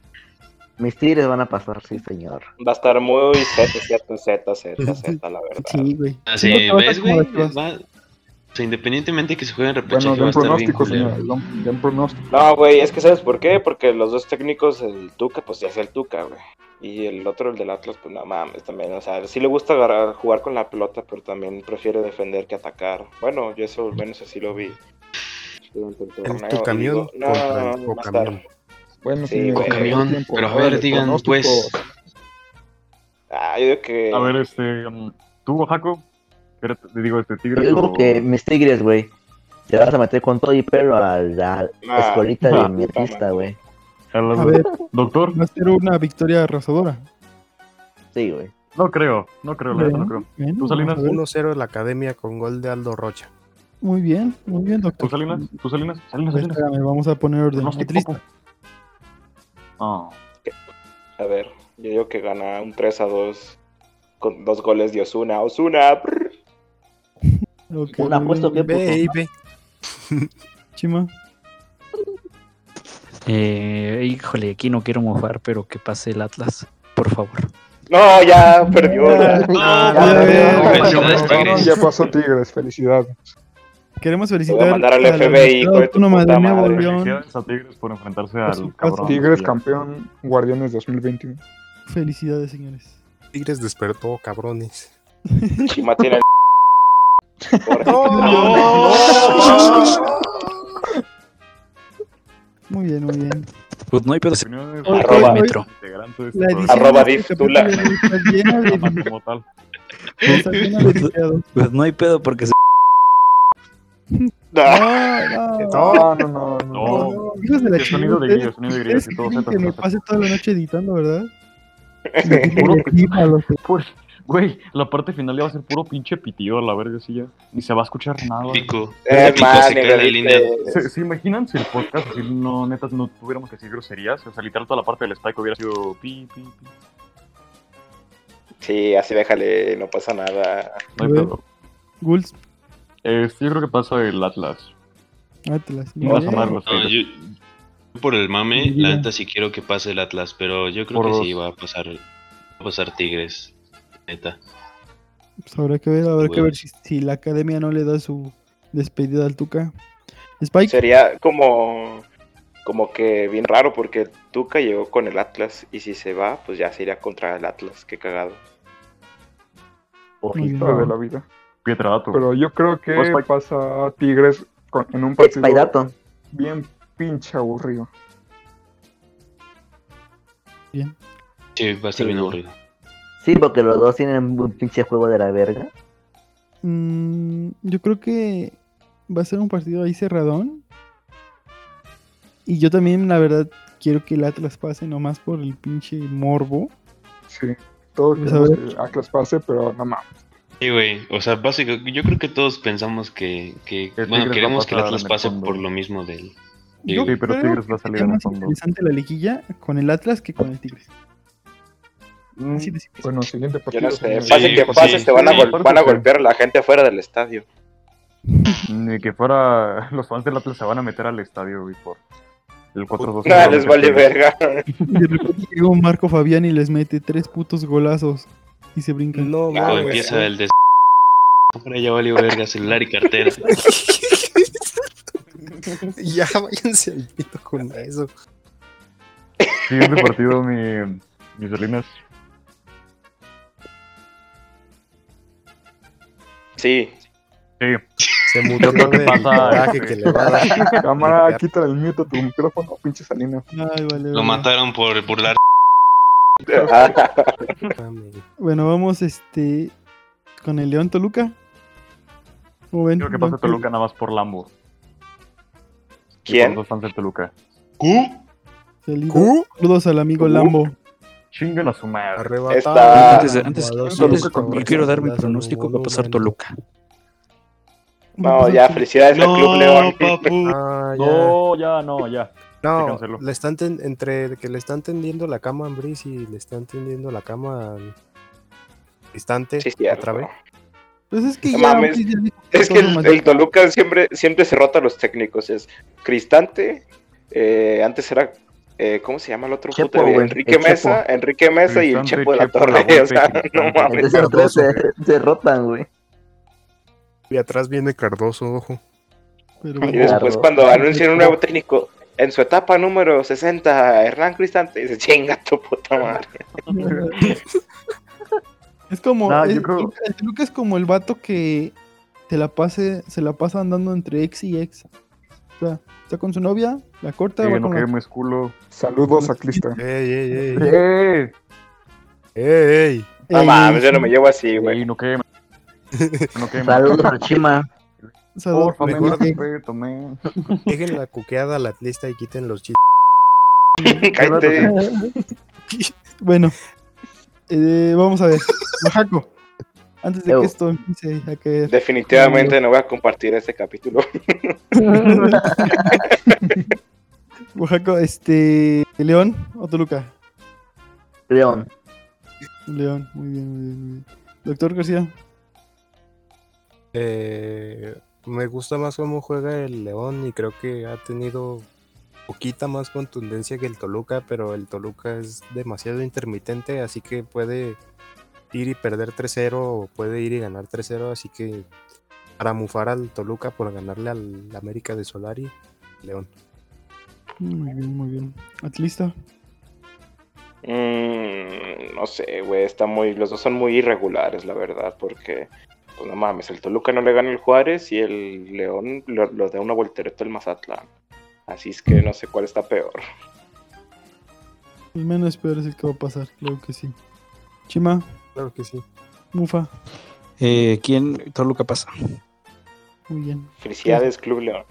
Speaker 14: Mis tigres van a pasar, sí, señor.
Speaker 4: Va a estar muy Z, Z, Z, Z, Z, la verdad.
Speaker 9: Sí, güey.
Speaker 12: Así,
Speaker 9: Sí, no te vas a
Speaker 12: ¿ves, güey?
Speaker 9: acomodar,
Speaker 12: Va- o sea, independientemente que se juegue en repechaje,
Speaker 10: Bueno,
Speaker 12: va a
Speaker 10: den
Speaker 12: estar bien
Speaker 10: pronóstico,
Speaker 12: culero.
Speaker 10: señores. don- Den pronóstico.
Speaker 4: No, güey, es que ¿sabes por qué? Porque los dos técnicos, el Tuca, pues ya es el Tuca, güey. Y el otro, el del Atlas, pues no mames también. O sea, sí le gusta agarrar- jugar con la pelota, pero también prefiere defender que atacar. Bueno, yo eso al menos así lo vi. Durante el torneo.
Speaker 13: tu
Speaker 4: y
Speaker 13: camión
Speaker 4: digo, no,
Speaker 13: contra el
Speaker 4: va a estar-
Speaker 13: camión.
Speaker 10: Bueno,
Speaker 4: Sí, güey.
Speaker 12: Camión,
Speaker 10: tiempo,
Speaker 12: pero a
Speaker 10: órale,
Speaker 12: ver, digan,
Speaker 10: pronóstico.
Speaker 12: pues.
Speaker 4: Ah, yo digo que.
Speaker 1: A ver, este, um, tú, Jaco, te digo, este
Speaker 14: Yo
Speaker 1: tigre.
Speaker 14: digo que mis tigres, güey. Te vas a meter con todo y pelo a la
Speaker 1: Nah,
Speaker 14: escuelita
Speaker 1: nah,
Speaker 14: de mierdista, güey.
Speaker 9: A ver.
Speaker 1: Doctor.
Speaker 9: Va a ser una victoria arrasadora.
Speaker 14: Sí, güey.
Speaker 1: No creo, no creo, la verdad, no creo.
Speaker 9: Bueno,
Speaker 1: ¿Tú, Salinas?
Speaker 9: vamos a ver.
Speaker 13: 1-0 la academia con gol de Aldo Rocha.
Speaker 9: Muy bien, muy bien, doctor.
Speaker 1: ¿Tú, Pues, Salinas? ¿Tú, Salinas?
Speaker 9: A
Speaker 1: ¿Salinas,
Speaker 9: ver,
Speaker 1: Salinas?
Speaker 9: espérame, vamos a poner orden.
Speaker 1: Pronóstico,
Speaker 9: Lista.
Speaker 1: Ah.
Speaker 4: A ver, yo digo que gana un 3 a 2 con dos goles de Osuna. Osuna,
Speaker 9: Ok,
Speaker 14: Un
Speaker 9: muy
Speaker 14: apuesto que
Speaker 9: bien.
Speaker 14: puto.
Speaker 9: Chima.
Speaker 15: Eh, híjole, aquí no quiero mofar, pero que pase el Atlas, por favor.
Speaker 4: No, ya perdió.
Speaker 10: Ah,
Speaker 4: Ah, ya.
Speaker 10: Felicidades, Tigres. Ya pasó Tigres, felicidad.
Speaker 9: Queremos
Speaker 4: Voy
Speaker 9: felicitar
Speaker 4: a mandar al
Speaker 9: la
Speaker 4: FBI, hijo de tu
Speaker 9: Autónoma
Speaker 4: puta
Speaker 9: de Nuevo
Speaker 4: madre.
Speaker 9: León.
Speaker 1: Felicidades a Tigres por enfrentarse al
Speaker 9: supuesto.
Speaker 1: cabrón.
Speaker 10: Tigres
Speaker 1: Sí.
Speaker 10: campeón Guardianes 2021.
Speaker 9: Felicidades, señores.
Speaker 13: Tigres despertó, cabrones.
Speaker 4: Chima tiene el-
Speaker 9: Muy bien, muy bien.
Speaker 16: Pues no hay pedo.
Speaker 9: Hoy-
Speaker 16: Arroba
Speaker 9: hoy-
Speaker 16: metro.
Speaker 1: Integrante de este
Speaker 9: La edición
Speaker 1: programa.
Speaker 16: Arroba
Speaker 9: de este
Speaker 16: dif, tula.
Speaker 9: capítulo está llena de-
Speaker 1: Como tal.
Speaker 9: está llena de viciados.
Speaker 16: Pues no hay pedo porque se.
Speaker 9: No, no.
Speaker 10: Ah, No, no, no. no.
Speaker 1: No.
Speaker 9: Hijos de la
Speaker 1: El sonido
Speaker 9: chingada,
Speaker 1: de grillo, sonido de grillo.
Speaker 9: ustedes
Speaker 1: que todo
Speaker 9: creen
Speaker 1: Z,
Speaker 9: que me
Speaker 1: Z.
Speaker 9: pase toda la noche editando, ¿verdad?
Speaker 1: Puro
Speaker 9: Sí,
Speaker 1: pitido.
Speaker 9: a los-
Speaker 1: Pues, Güey, la parte final ya va a ser puro pinche pitido a la verga, así ya. Ni se va a escuchar nada.
Speaker 12: Pico.
Speaker 4: Eh,
Speaker 12: Pico
Speaker 4: man,
Speaker 12: se cae la
Speaker 4: Miguelito.
Speaker 12: línea.
Speaker 1: ¿Se, se imaginan si el podcast, si no, netas, no tuviéramos que decir groserías? O sea, literal, toda la parte del Spike hubiera sido pi, pi, pi.
Speaker 4: Sí, así déjale, no pasa nada.
Speaker 1: No hay
Speaker 9: A ver.
Speaker 1: pedo.
Speaker 9: Ghouls,
Speaker 1: Este, yo creo que pasa el Atlas.
Speaker 9: Atlas.
Speaker 1: No vas a amar los
Speaker 12: No,
Speaker 1: Tigres.
Speaker 12: yo, yo por el mame,
Speaker 9: Mira.
Speaker 12: la neta sí quiero que pase el Atlas, pero yo creo
Speaker 1: Por
Speaker 12: que
Speaker 1: dos.
Speaker 12: sí va a pasar, va a pasar Tigres, neta.
Speaker 9: Pues habrá que ver, habrá que
Speaker 12: Bueno.
Speaker 9: ver si, si la academia no le da su despedida al Tuca. Spike,
Speaker 4: Sería como, como que bien raro porque Tuca llegó con el Atlas y si se va, pues ya se irá contra el Atlas, qué cagado.
Speaker 9: Muy
Speaker 10: Historia de
Speaker 9: bien.
Speaker 10: la vida.
Speaker 1: Pietra Dato.
Speaker 10: Pero yo creo que
Speaker 1: Pues, pa-
Speaker 10: pasa Tigres con- en un
Speaker 14: Es
Speaker 10: partido
Speaker 14: Paidato.
Speaker 10: bien pinche aburrido.
Speaker 12: Sí, va a estar bien aburrido.
Speaker 14: Sí, porque los dos tienen un pinche juego de la verga.
Speaker 9: mm, yo creo que va a ser un partido ahí cerradón. Y yo también, la verdad, quiero que el Atlas pase nomás por el pinche morbo.
Speaker 10: Sí. Todo
Speaker 9: Pues,
Speaker 10: queremos
Speaker 9: a
Speaker 10: que Atlas pase, pero no mames.
Speaker 12: Sí, güey, o sea, básicamente, yo creo que todos pensamos que, que
Speaker 1: Que Tigres va
Speaker 12: bueno,
Speaker 1: a
Speaker 12: queremos que el
Speaker 1: pasar
Speaker 12: Atlas
Speaker 1: en el
Speaker 12: pase
Speaker 1: fondo.
Speaker 12: por lo mismo del...
Speaker 9: Yo
Speaker 1: Sí, pero
Speaker 9: creo
Speaker 1: Tigres va
Speaker 9: que
Speaker 1: a salir
Speaker 9: está
Speaker 1: en el
Speaker 9: más
Speaker 1: fondo.
Speaker 9: interesante la liguilla con el Atlas que con el Tigres.
Speaker 1: Mm,
Speaker 9: Así de simple.
Speaker 10: Bueno, siguiente
Speaker 4: Yo
Speaker 10: partido.
Speaker 4: no sé,
Speaker 10: señores.
Speaker 4: pase que
Speaker 1: pues
Speaker 4: pase, te van a, gol- van a golpear a la gente fuera del estadio.
Speaker 1: Ni que fuera los fans del Atlas se van a meter al estadio, güey, por el 4-2.
Speaker 4: Nah, Ah, les vale verga.
Speaker 9: Y de repente llega un Marco Fabián y les mete tres putos golazos y se brincan.
Speaker 13: No,
Speaker 12: Luego Ah, empieza el des... Ahora ya valió verga celular y cartera.
Speaker 13: ya váyanse al pito con eso.
Speaker 1: Siguiente partido, mi, mis Berlinas.
Speaker 4: Sí.
Speaker 1: Sí.
Speaker 13: Se
Speaker 1: murió Yo creo que del pasa, coraje
Speaker 13: que le va a dar.
Speaker 10: Cámara, quítale el mute a tu micrófono, pinche salina.
Speaker 9: Ay, vale,
Speaker 12: Lo
Speaker 9: vale.
Speaker 12: mataron por burlar.
Speaker 9: Bueno, vamos este con el León Toluca. ¿Cómo ven?
Speaker 1: Creo que pasa Toluca nada más por Lambo.
Speaker 4: ¿Quién?
Speaker 1: Los dos fans de Toluca.
Speaker 9: Salido.
Speaker 13: ¿Cu?
Speaker 9: Saludos al amigo
Speaker 1: ¿Cu?
Speaker 9: Lambo.
Speaker 1: Chingan a su madre.
Speaker 4: Está-
Speaker 15: Antes, de- antes,
Speaker 13: Jugadores,
Speaker 15: antes de-
Speaker 13: jugadores,
Speaker 15: quiero dar mi
Speaker 13: jugadores,
Speaker 15: pronóstico que va a pasar Toluca.
Speaker 4: No, ya, felicidades al Club León.
Speaker 13: Ah, ya.
Speaker 1: No, ya, no, ya. Se
Speaker 13: No,
Speaker 1: canceló.
Speaker 13: le están ten- entre que le están tendiendo la cama a Ambris y le están tendiendo la cama al distante
Speaker 4: Sí, cierto.
Speaker 13: otra vez.
Speaker 9: Pues es que
Speaker 4: No
Speaker 9: ya.
Speaker 4: mames.
Speaker 9: pues, ya dijo
Speaker 4: Es
Speaker 9: todo
Speaker 4: que el,
Speaker 9: nomás.
Speaker 4: el Toluca siempre, siempre se rota a los técnicos. Es Cristante, eh, antes era, eh, ¿cómo se llama el otro?
Speaker 14: Chepo,
Speaker 4: puto?
Speaker 14: güey,
Speaker 4: Enrique
Speaker 14: el Chepo.
Speaker 4: Mesa, Enrique Mesa y el
Speaker 1: Cristante,
Speaker 4: Chepo de la
Speaker 1: Chepo, la
Speaker 4: Torre.
Speaker 1: Volpe,
Speaker 4: o sea, no
Speaker 1: Cristante.
Speaker 4: mames.
Speaker 14: Entre esos tres se, se rotan, güey.
Speaker 13: Y atrás viene Cardoso, ojo.
Speaker 9: Pero
Speaker 4: Y
Speaker 9: bueno,
Speaker 4: después
Speaker 14: Claro.
Speaker 4: cuando anuncian un nuevo técnico, en su etapa número 60, Hernán Cristante, dice, chinga tu puta madre.
Speaker 9: es como.
Speaker 1: Nah,
Speaker 9: es-
Speaker 1: yo creo-
Speaker 9: El Toluca es como el vato que se la, pase, se la pasa andando entre ex y ex. O sea, está con su novia, la corta,
Speaker 1: Eh,
Speaker 9: va
Speaker 1: no
Speaker 9: con la-
Speaker 1: queremos culo.
Speaker 10: Saludos, ciclista.
Speaker 13: Ey, ey, ey.
Speaker 1: ¡Eh!
Speaker 13: Ey, ey.
Speaker 4: No
Speaker 9: Ey,
Speaker 4: mames, yo no me llevo así, güey.
Speaker 1: Ey, no quema. No quema.
Speaker 14: Saludos al Chima.
Speaker 9: saludos.
Speaker 1: Por favor,
Speaker 13: Mejor-
Speaker 1: respeto, man.
Speaker 13: Dejen la cuqueada a la atlista y quiten los chistes.
Speaker 4: Cállate.
Speaker 9: Bueno, eh, vamos a ver. Oaxaco. Antes de
Speaker 14: Yo.
Speaker 9: que esto empiece a caer.
Speaker 4: Definitivamente no voy a compartir este capítulo.
Speaker 9: Oaxaco, este. León o Toluca.
Speaker 14: León.
Speaker 9: León, muy bien, muy bien, muy bien. Doctor García,
Speaker 13: Eh, me gusta más cómo juega el León y creo que ha tenido poquita más contundencia que el Toluca, pero el Toluca es demasiado intermitente, así que puede ir y perder 3-0 o puede ir y ganar 3-0, así que para mufar al Toluca por ganarle al América de Solari, León.
Speaker 9: muy bien, muy bien. Atlista,
Speaker 4: Mm, no sé, güey, está muy, los dos son muy irregulares, la verdad, porque, pues no mames, el Toluca no le gana el Juárez y el León lo, lo da una voltereta al Mazatlán. Así es que no sé cuál está peor.
Speaker 9: el menos peor es el que va a pasar, creo que sí. Chima,
Speaker 13: Claro que sí.
Speaker 9: Mufa,
Speaker 15: Eh, ¿Quién? Toluca pasa.
Speaker 9: muy bien.
Speaker 4: Felicidades, Club León.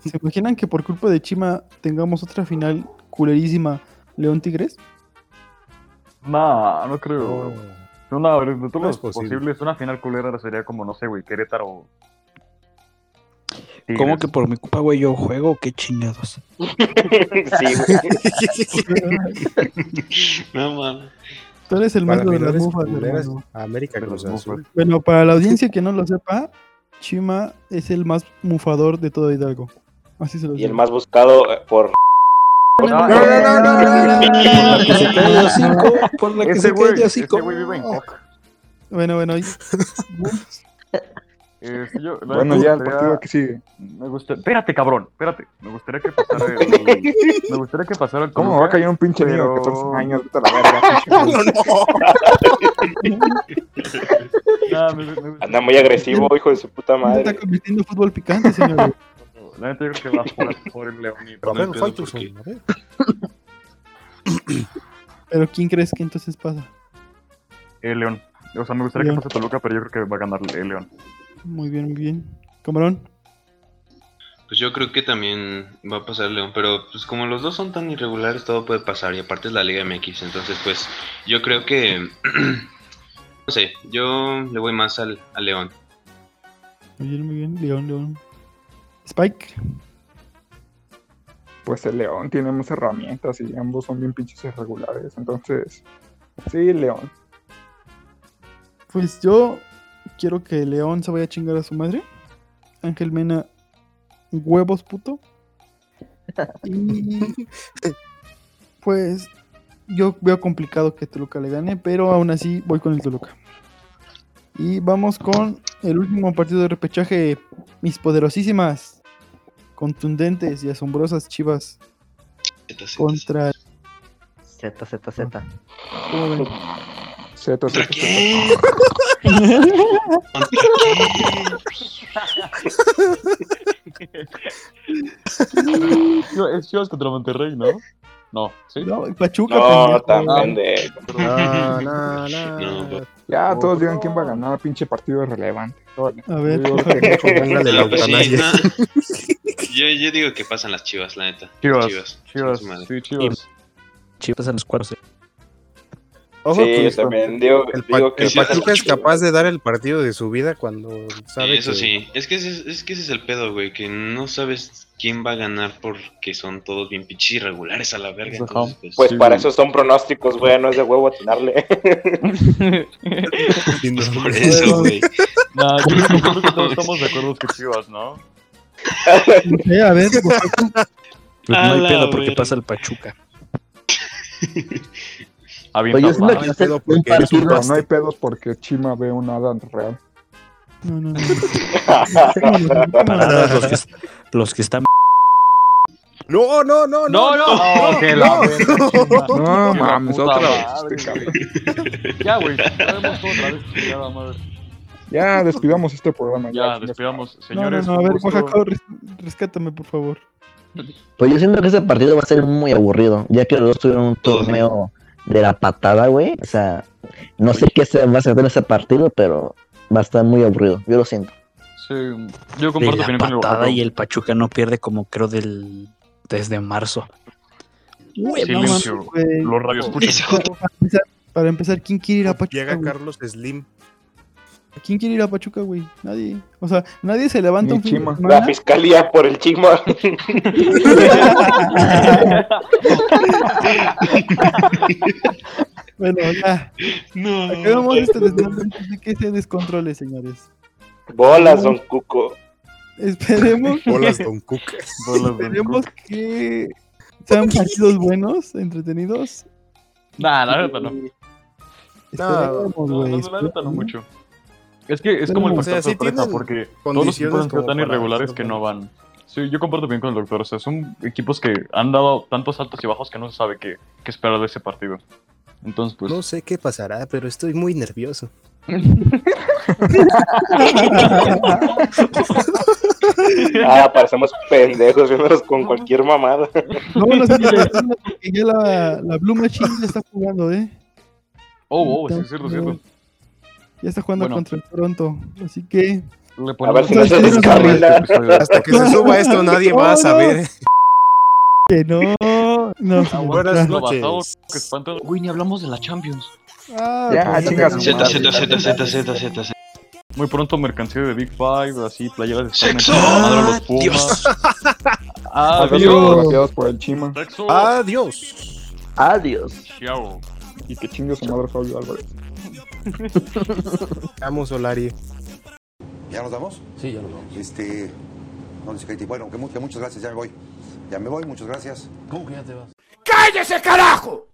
Speaker 9: ¿Se imaginan que por culpa de Chima tengamos otra final culerísima León Tigres?
Speaker 1: Nah, no creo. güey. No, no, de todos
Speaker 13: Oh. No es
Speaker 1: los
Speaker 13: posible.
Speaker 1: posibles, una final culera sería como, no sé, güey, Querétaro. Tigres.
Speaker 15: ¿Cómo que por mi culpa, güey, yo juego? o ¿Qué chingados?
Speaker 4: sí, güey.
Speaker 12: No mames.
Speaker 9: Tú eres el
Speaker 13: Para
Speaker 9: mando de las
Speaker 13: finales
Speaker 9: mufas,
Speaker 13: culeras,
Speaker 9: hermano.
Speaker 13: a América
Speaker 1: De los
Speaker 13: Cruz Azul.
Speaker 1: mufas.
Speaker 9: Bueno, para la audiencia que no lo sepa, Chima es el más mufador de todo Hidalgo. Así se lo
Speaker 4: Y el más buscado eh, por...
Speaker 1: No,
Speaker 13: No, no, no, no, no, no,
Speaker 15: Por la que se cae de hocico, por la que se
Speaker 1: Ese güey,
Speaker 15: cae de
Speaker 1: ese
Speaker 15: hocico.
Speaker 1: güey vive en Coca.
Speaker 9: Bueno, bueno, y-
Speaker 1: Eh, sí, yo- la
Speaker 10: Bueno,
Speaker 1: neta
Speaker 10: ya el
Speaker 1: gustaría-
Speaker 10: partido que sigue.
Speaker 1: Me gustaría... Espérate, cabrón, espérate. Me gustaría que pasara el... Me gustaría que pasara el...
Speaker 10: ¿Cómo me va a caer un pinche niño de
Speaker 1: Pero-
Speaker 10: 14 años? Vete a la verga, pinche
Speaker 1: Nah, me- me gustaría-
Speaker 4: Anda muy agresivo, hijo de su puta
Speaker 9: ¿no
Speaker 4: madre.
Speaker 9: está convirtiendo en fútbol picante, señor.
Speaker 1: La neta yo creo que va por, por el León y
Speaker 13: Romero
Speaker 1: por el pedo,
Speaker 13: Faitelson,
Speaker 1: porque-
Speaker 13: a ver.
Speaker 9: Pero ¿quién crees que entonces pasa?
Speaker 1: El León. O sea, me gustaría
Speaker 9: León.
Speaker 1: que pase Toluca, pero yo creo que va a ganar el León.
Speaker 9: Muy bien, muy bien. Camarón,
Speaker 12: Pues yo creo que también va a pasar León, pero pues como los dos son tan irregulares, todo puede pasar. Y aparte es la Liga MX, entonces pues yo creo que... no sé, yo le voy más al, al León.
Speaker 9: muy bien, muy bien. León, León. Spike,
Speaker 10: pues el León tiene más herramientas y ambos son bien pinches irregulares. Entonces, sí, León.
Speaker 9: Pues yo quiero que León se vaya a chingar a su madre. Ángel Mena, huevos puto. Y pues yo veo complicado que Toluca le gane, pero aún así voy con el Toluca. Y vamos con el último partido de repechaje. Mis poderosísimas, contundentes y asombrosas chivas contra.
Speaker 14: Z, Z, Z.
Speaker 9: ¿Cómo ven?
Speaker 10: Z, Z,
Speaker 1: Es Chivas contra Monterrey, ¿no? No, ¿sí?
Speaker 9: No, y Pachuca.
Speaker 4: No,
Speaker 9: pendejo.
Speaker 4: tan
Speaker 9: Ah,
Speaker 4: pendejo.
Speaker 9: No, no, no.
Speaker 10: Ya todos digan quién va a ganar, pinche partido irrelevante.
Speaker 9: A ver.
Speaker 10: Yo creo que mucho gana de la
Speaker 12: No, pues sí,
Speaker 10: Ucanaya.
Speaker 12: no. yo, yo digo que pasan las chivas, la neta.
Speaker 1: Chivas,
Speaker 12: chivas, madre.
Speaker 1: chivas.
Speaker 16: Chivas en los cuartos. eh.
Speaker 4: Ojo Sí, con yo esto. también digo-
Speaker 13: el,
Speaker 4: digo que
Speaker 13: el
Speaker 4: sí.
Speaker 13: Pachuca es capaz de dar el partido de su vida cuando sabe
Speaker 12: eso
Speaker 13: que-
Speaker 12: sí, es que, ese, es que ese es el pedo, güey, que no sabes quién va a ganar porque son todos bien pinches irregulares a la verga. entonces, pues,
Speaker 4: Pues para eso son pronósticos, güey, no es de huevo atinarle.
Speaker 12: Por eso, güey.
Speaker 1: No, yo creo que todos estamos de acuerdo que Chivas, ¿no?
Speaker 9: Eh, a ver, pues,
Speaker 16: Pues
Speaker 1: A
Speaker 16: no hay
Speaker 1: la
Speaker 16: pedo porque
Speaker 1: verga.
Speaker 16: pasa el Pachuca.
Speaker 1: Avienta,
Speaker 10: Oye, es una
Speaker 1: va.
Speaker 10: que no sé- Pero no hay pedos porque Chima ve un Adam real.
Speaker 9: No, no, no.
Speaker 16: Para todos los que, los que están.
Speaker 13: No, no, no,
Speaker 1: No, no, no, que la verga, chingada.
Speaker 10: No,
Speaker 1: Que la
Speaker 10: mames,
Speaker 1: puta
Speaker 10: otra
Speaker 1: madre,
Speaker 10: vez. este
Speaker 1: güey. Ya, güey, ya vemos todo otra vez, chingada madre.
Speaker 10: Ya despidamos este programa.
Speaker 1: Ya, despidamos,
Speaker 9: No, no,
Speaker 1: señores.
Speaker 9: no, a ver,
Speaker 1: con gusto.
Speaker 9: Oaxaca, res- rescátame, por favor.
Speaker 14: Pues yo siento que ese partido va a ser muy aburrido, ya que los dos tuvieron un torneo de la patada, güey. O sea, no sé qué se va a hacer en ese partido, pero va a estar muy aburrido. Yo lo siento.
Speaker 1: Sí, yo
Speaker 16: De
Speaker 1: comparto
Speaker 16: la
Speaker 1: opinión con el
Speaker 16: patada
Speaker 1: Oaxaca.
Speaker 16: y el Pachuca no pierde como creo del desde marzo.
Speaker 1: Silencio. Los radioescuchas.
Speaker 9: Para empezar, para empezar, ¿quién quiere ir a Pachuca?
Speaker 13: Llega
Speaker 9: güey?
Speaker 13: Carlos Slim.
Speaker 9: ¿Quién quiere ir a Pachuca, güey? Nadie. O sea, nadie se levanta un fin de
Speaker 4: La
Speaker 9: semana.
Speaker 4: fiscalía por el chima.
Speaker 9: Bueno, ya.
Speaker 12: No.
Speaker 9: Acabamos este desmadre antes de que se descontrole, señores.
Speaker 4: Bolas, don Cuco.
Speaker 9: Esperemos.
Speaker 13: Bolas Don Cook.
Speaker 9: Esperemos que sean partidos buenos, entretenidos.
Speaker 1: Nah, la verdad no.
Speaker 9: Esperemos, Este, güey,
Speaker 1: no, la neta no
Speaker 9: esperemos.
Speaker 1: mucho. Es que es como el
Speaker 9: O
Speaker 1: factor
Speaker 9: sea, sí
Speaker 1: sorpresa,
Speaker 9: tienen
Speaker 1: porque todos los
Speaker 13: condiciones
Speaker 1: equipos han sido
Speaker 13: como
Speaker 1: tan
Speaker 13: para
Speaker 1: irregulares
Speaker 13: ser
Speaker 1: que no van. Sí, yo comparto bien con el doctor. O sea, son equipos que han dado tantos altos y bajos que no se sabe qué, qué esperar de ese partido. Entonces, pues.
Speaker 13: No sé qué pasará, pero estoy muy nervioso.
Speaker 4: Ah, parecemos pendejos, viéndonos con cualquier mamada.
Speaker 9: Vámonos a la tanda, porque ya la, la Blue Machine ya está jugando, ¿eh?
Speaker 1: Oh, oh, sí, es cierto, es cierto.
Speaker 9: Ya está jugando
Speaker 1: Bueno.
Speaker 9: contra el Toronto. Así que.
Speaker 1: Le
Speaker 4: A ver si no
Speaker 1: ponemos-
Speaker 4: se descarrila.
Speaker 1: este
Speaker 13: Hasta que se suba esto, nadie va
Speaker 9: No,
Speaker 13: a saber.
Speaker 9: Que no. No, señor.
Speaker 13: Buenas
Speaker 1: ah, Lo basado,
Speaker 13: noches.
Speaker 1: que espanta- Güey, ni hablamos de la Champions.
Speaker 9: Ah,
Speaker 10: Ya,
Speaker 9: pues,
Speaker 10: chinga su
Speaker 12: Z,
Speaker 10: madre.
Speaker 12: Z, Z, Z, Z, Z, Z.
Speaker 1: Muy pronto mercancía de Big Five, así, playeras de Scarlett,
Speaker 12: ¡Sexo!
Speaker 1: la madre a los Pumas.
Speaker 12: Dios.
Speaker 1: Adiós.
Speaker 10: Adiós. por el Chima.
Speaker 1: Sexo.
Speaker 13: Adiós.
Speaker 14: Adiós.
Speaker 1: Chao.
Speaker 10: Y que chingue su madre Fabio Álvarez.
Speaker 13: Vamos, Solari.
Speaker 6: ¿Ya nos vamos? Sí, ya nos vamos. Este, no dice Katie. Bueno, que, mu- que muchas gracias, ya me voy. Ya me voy, muchas gracias. ¿Cómo que ya te vas?
Speaker 2: ¡Cállese, carajo!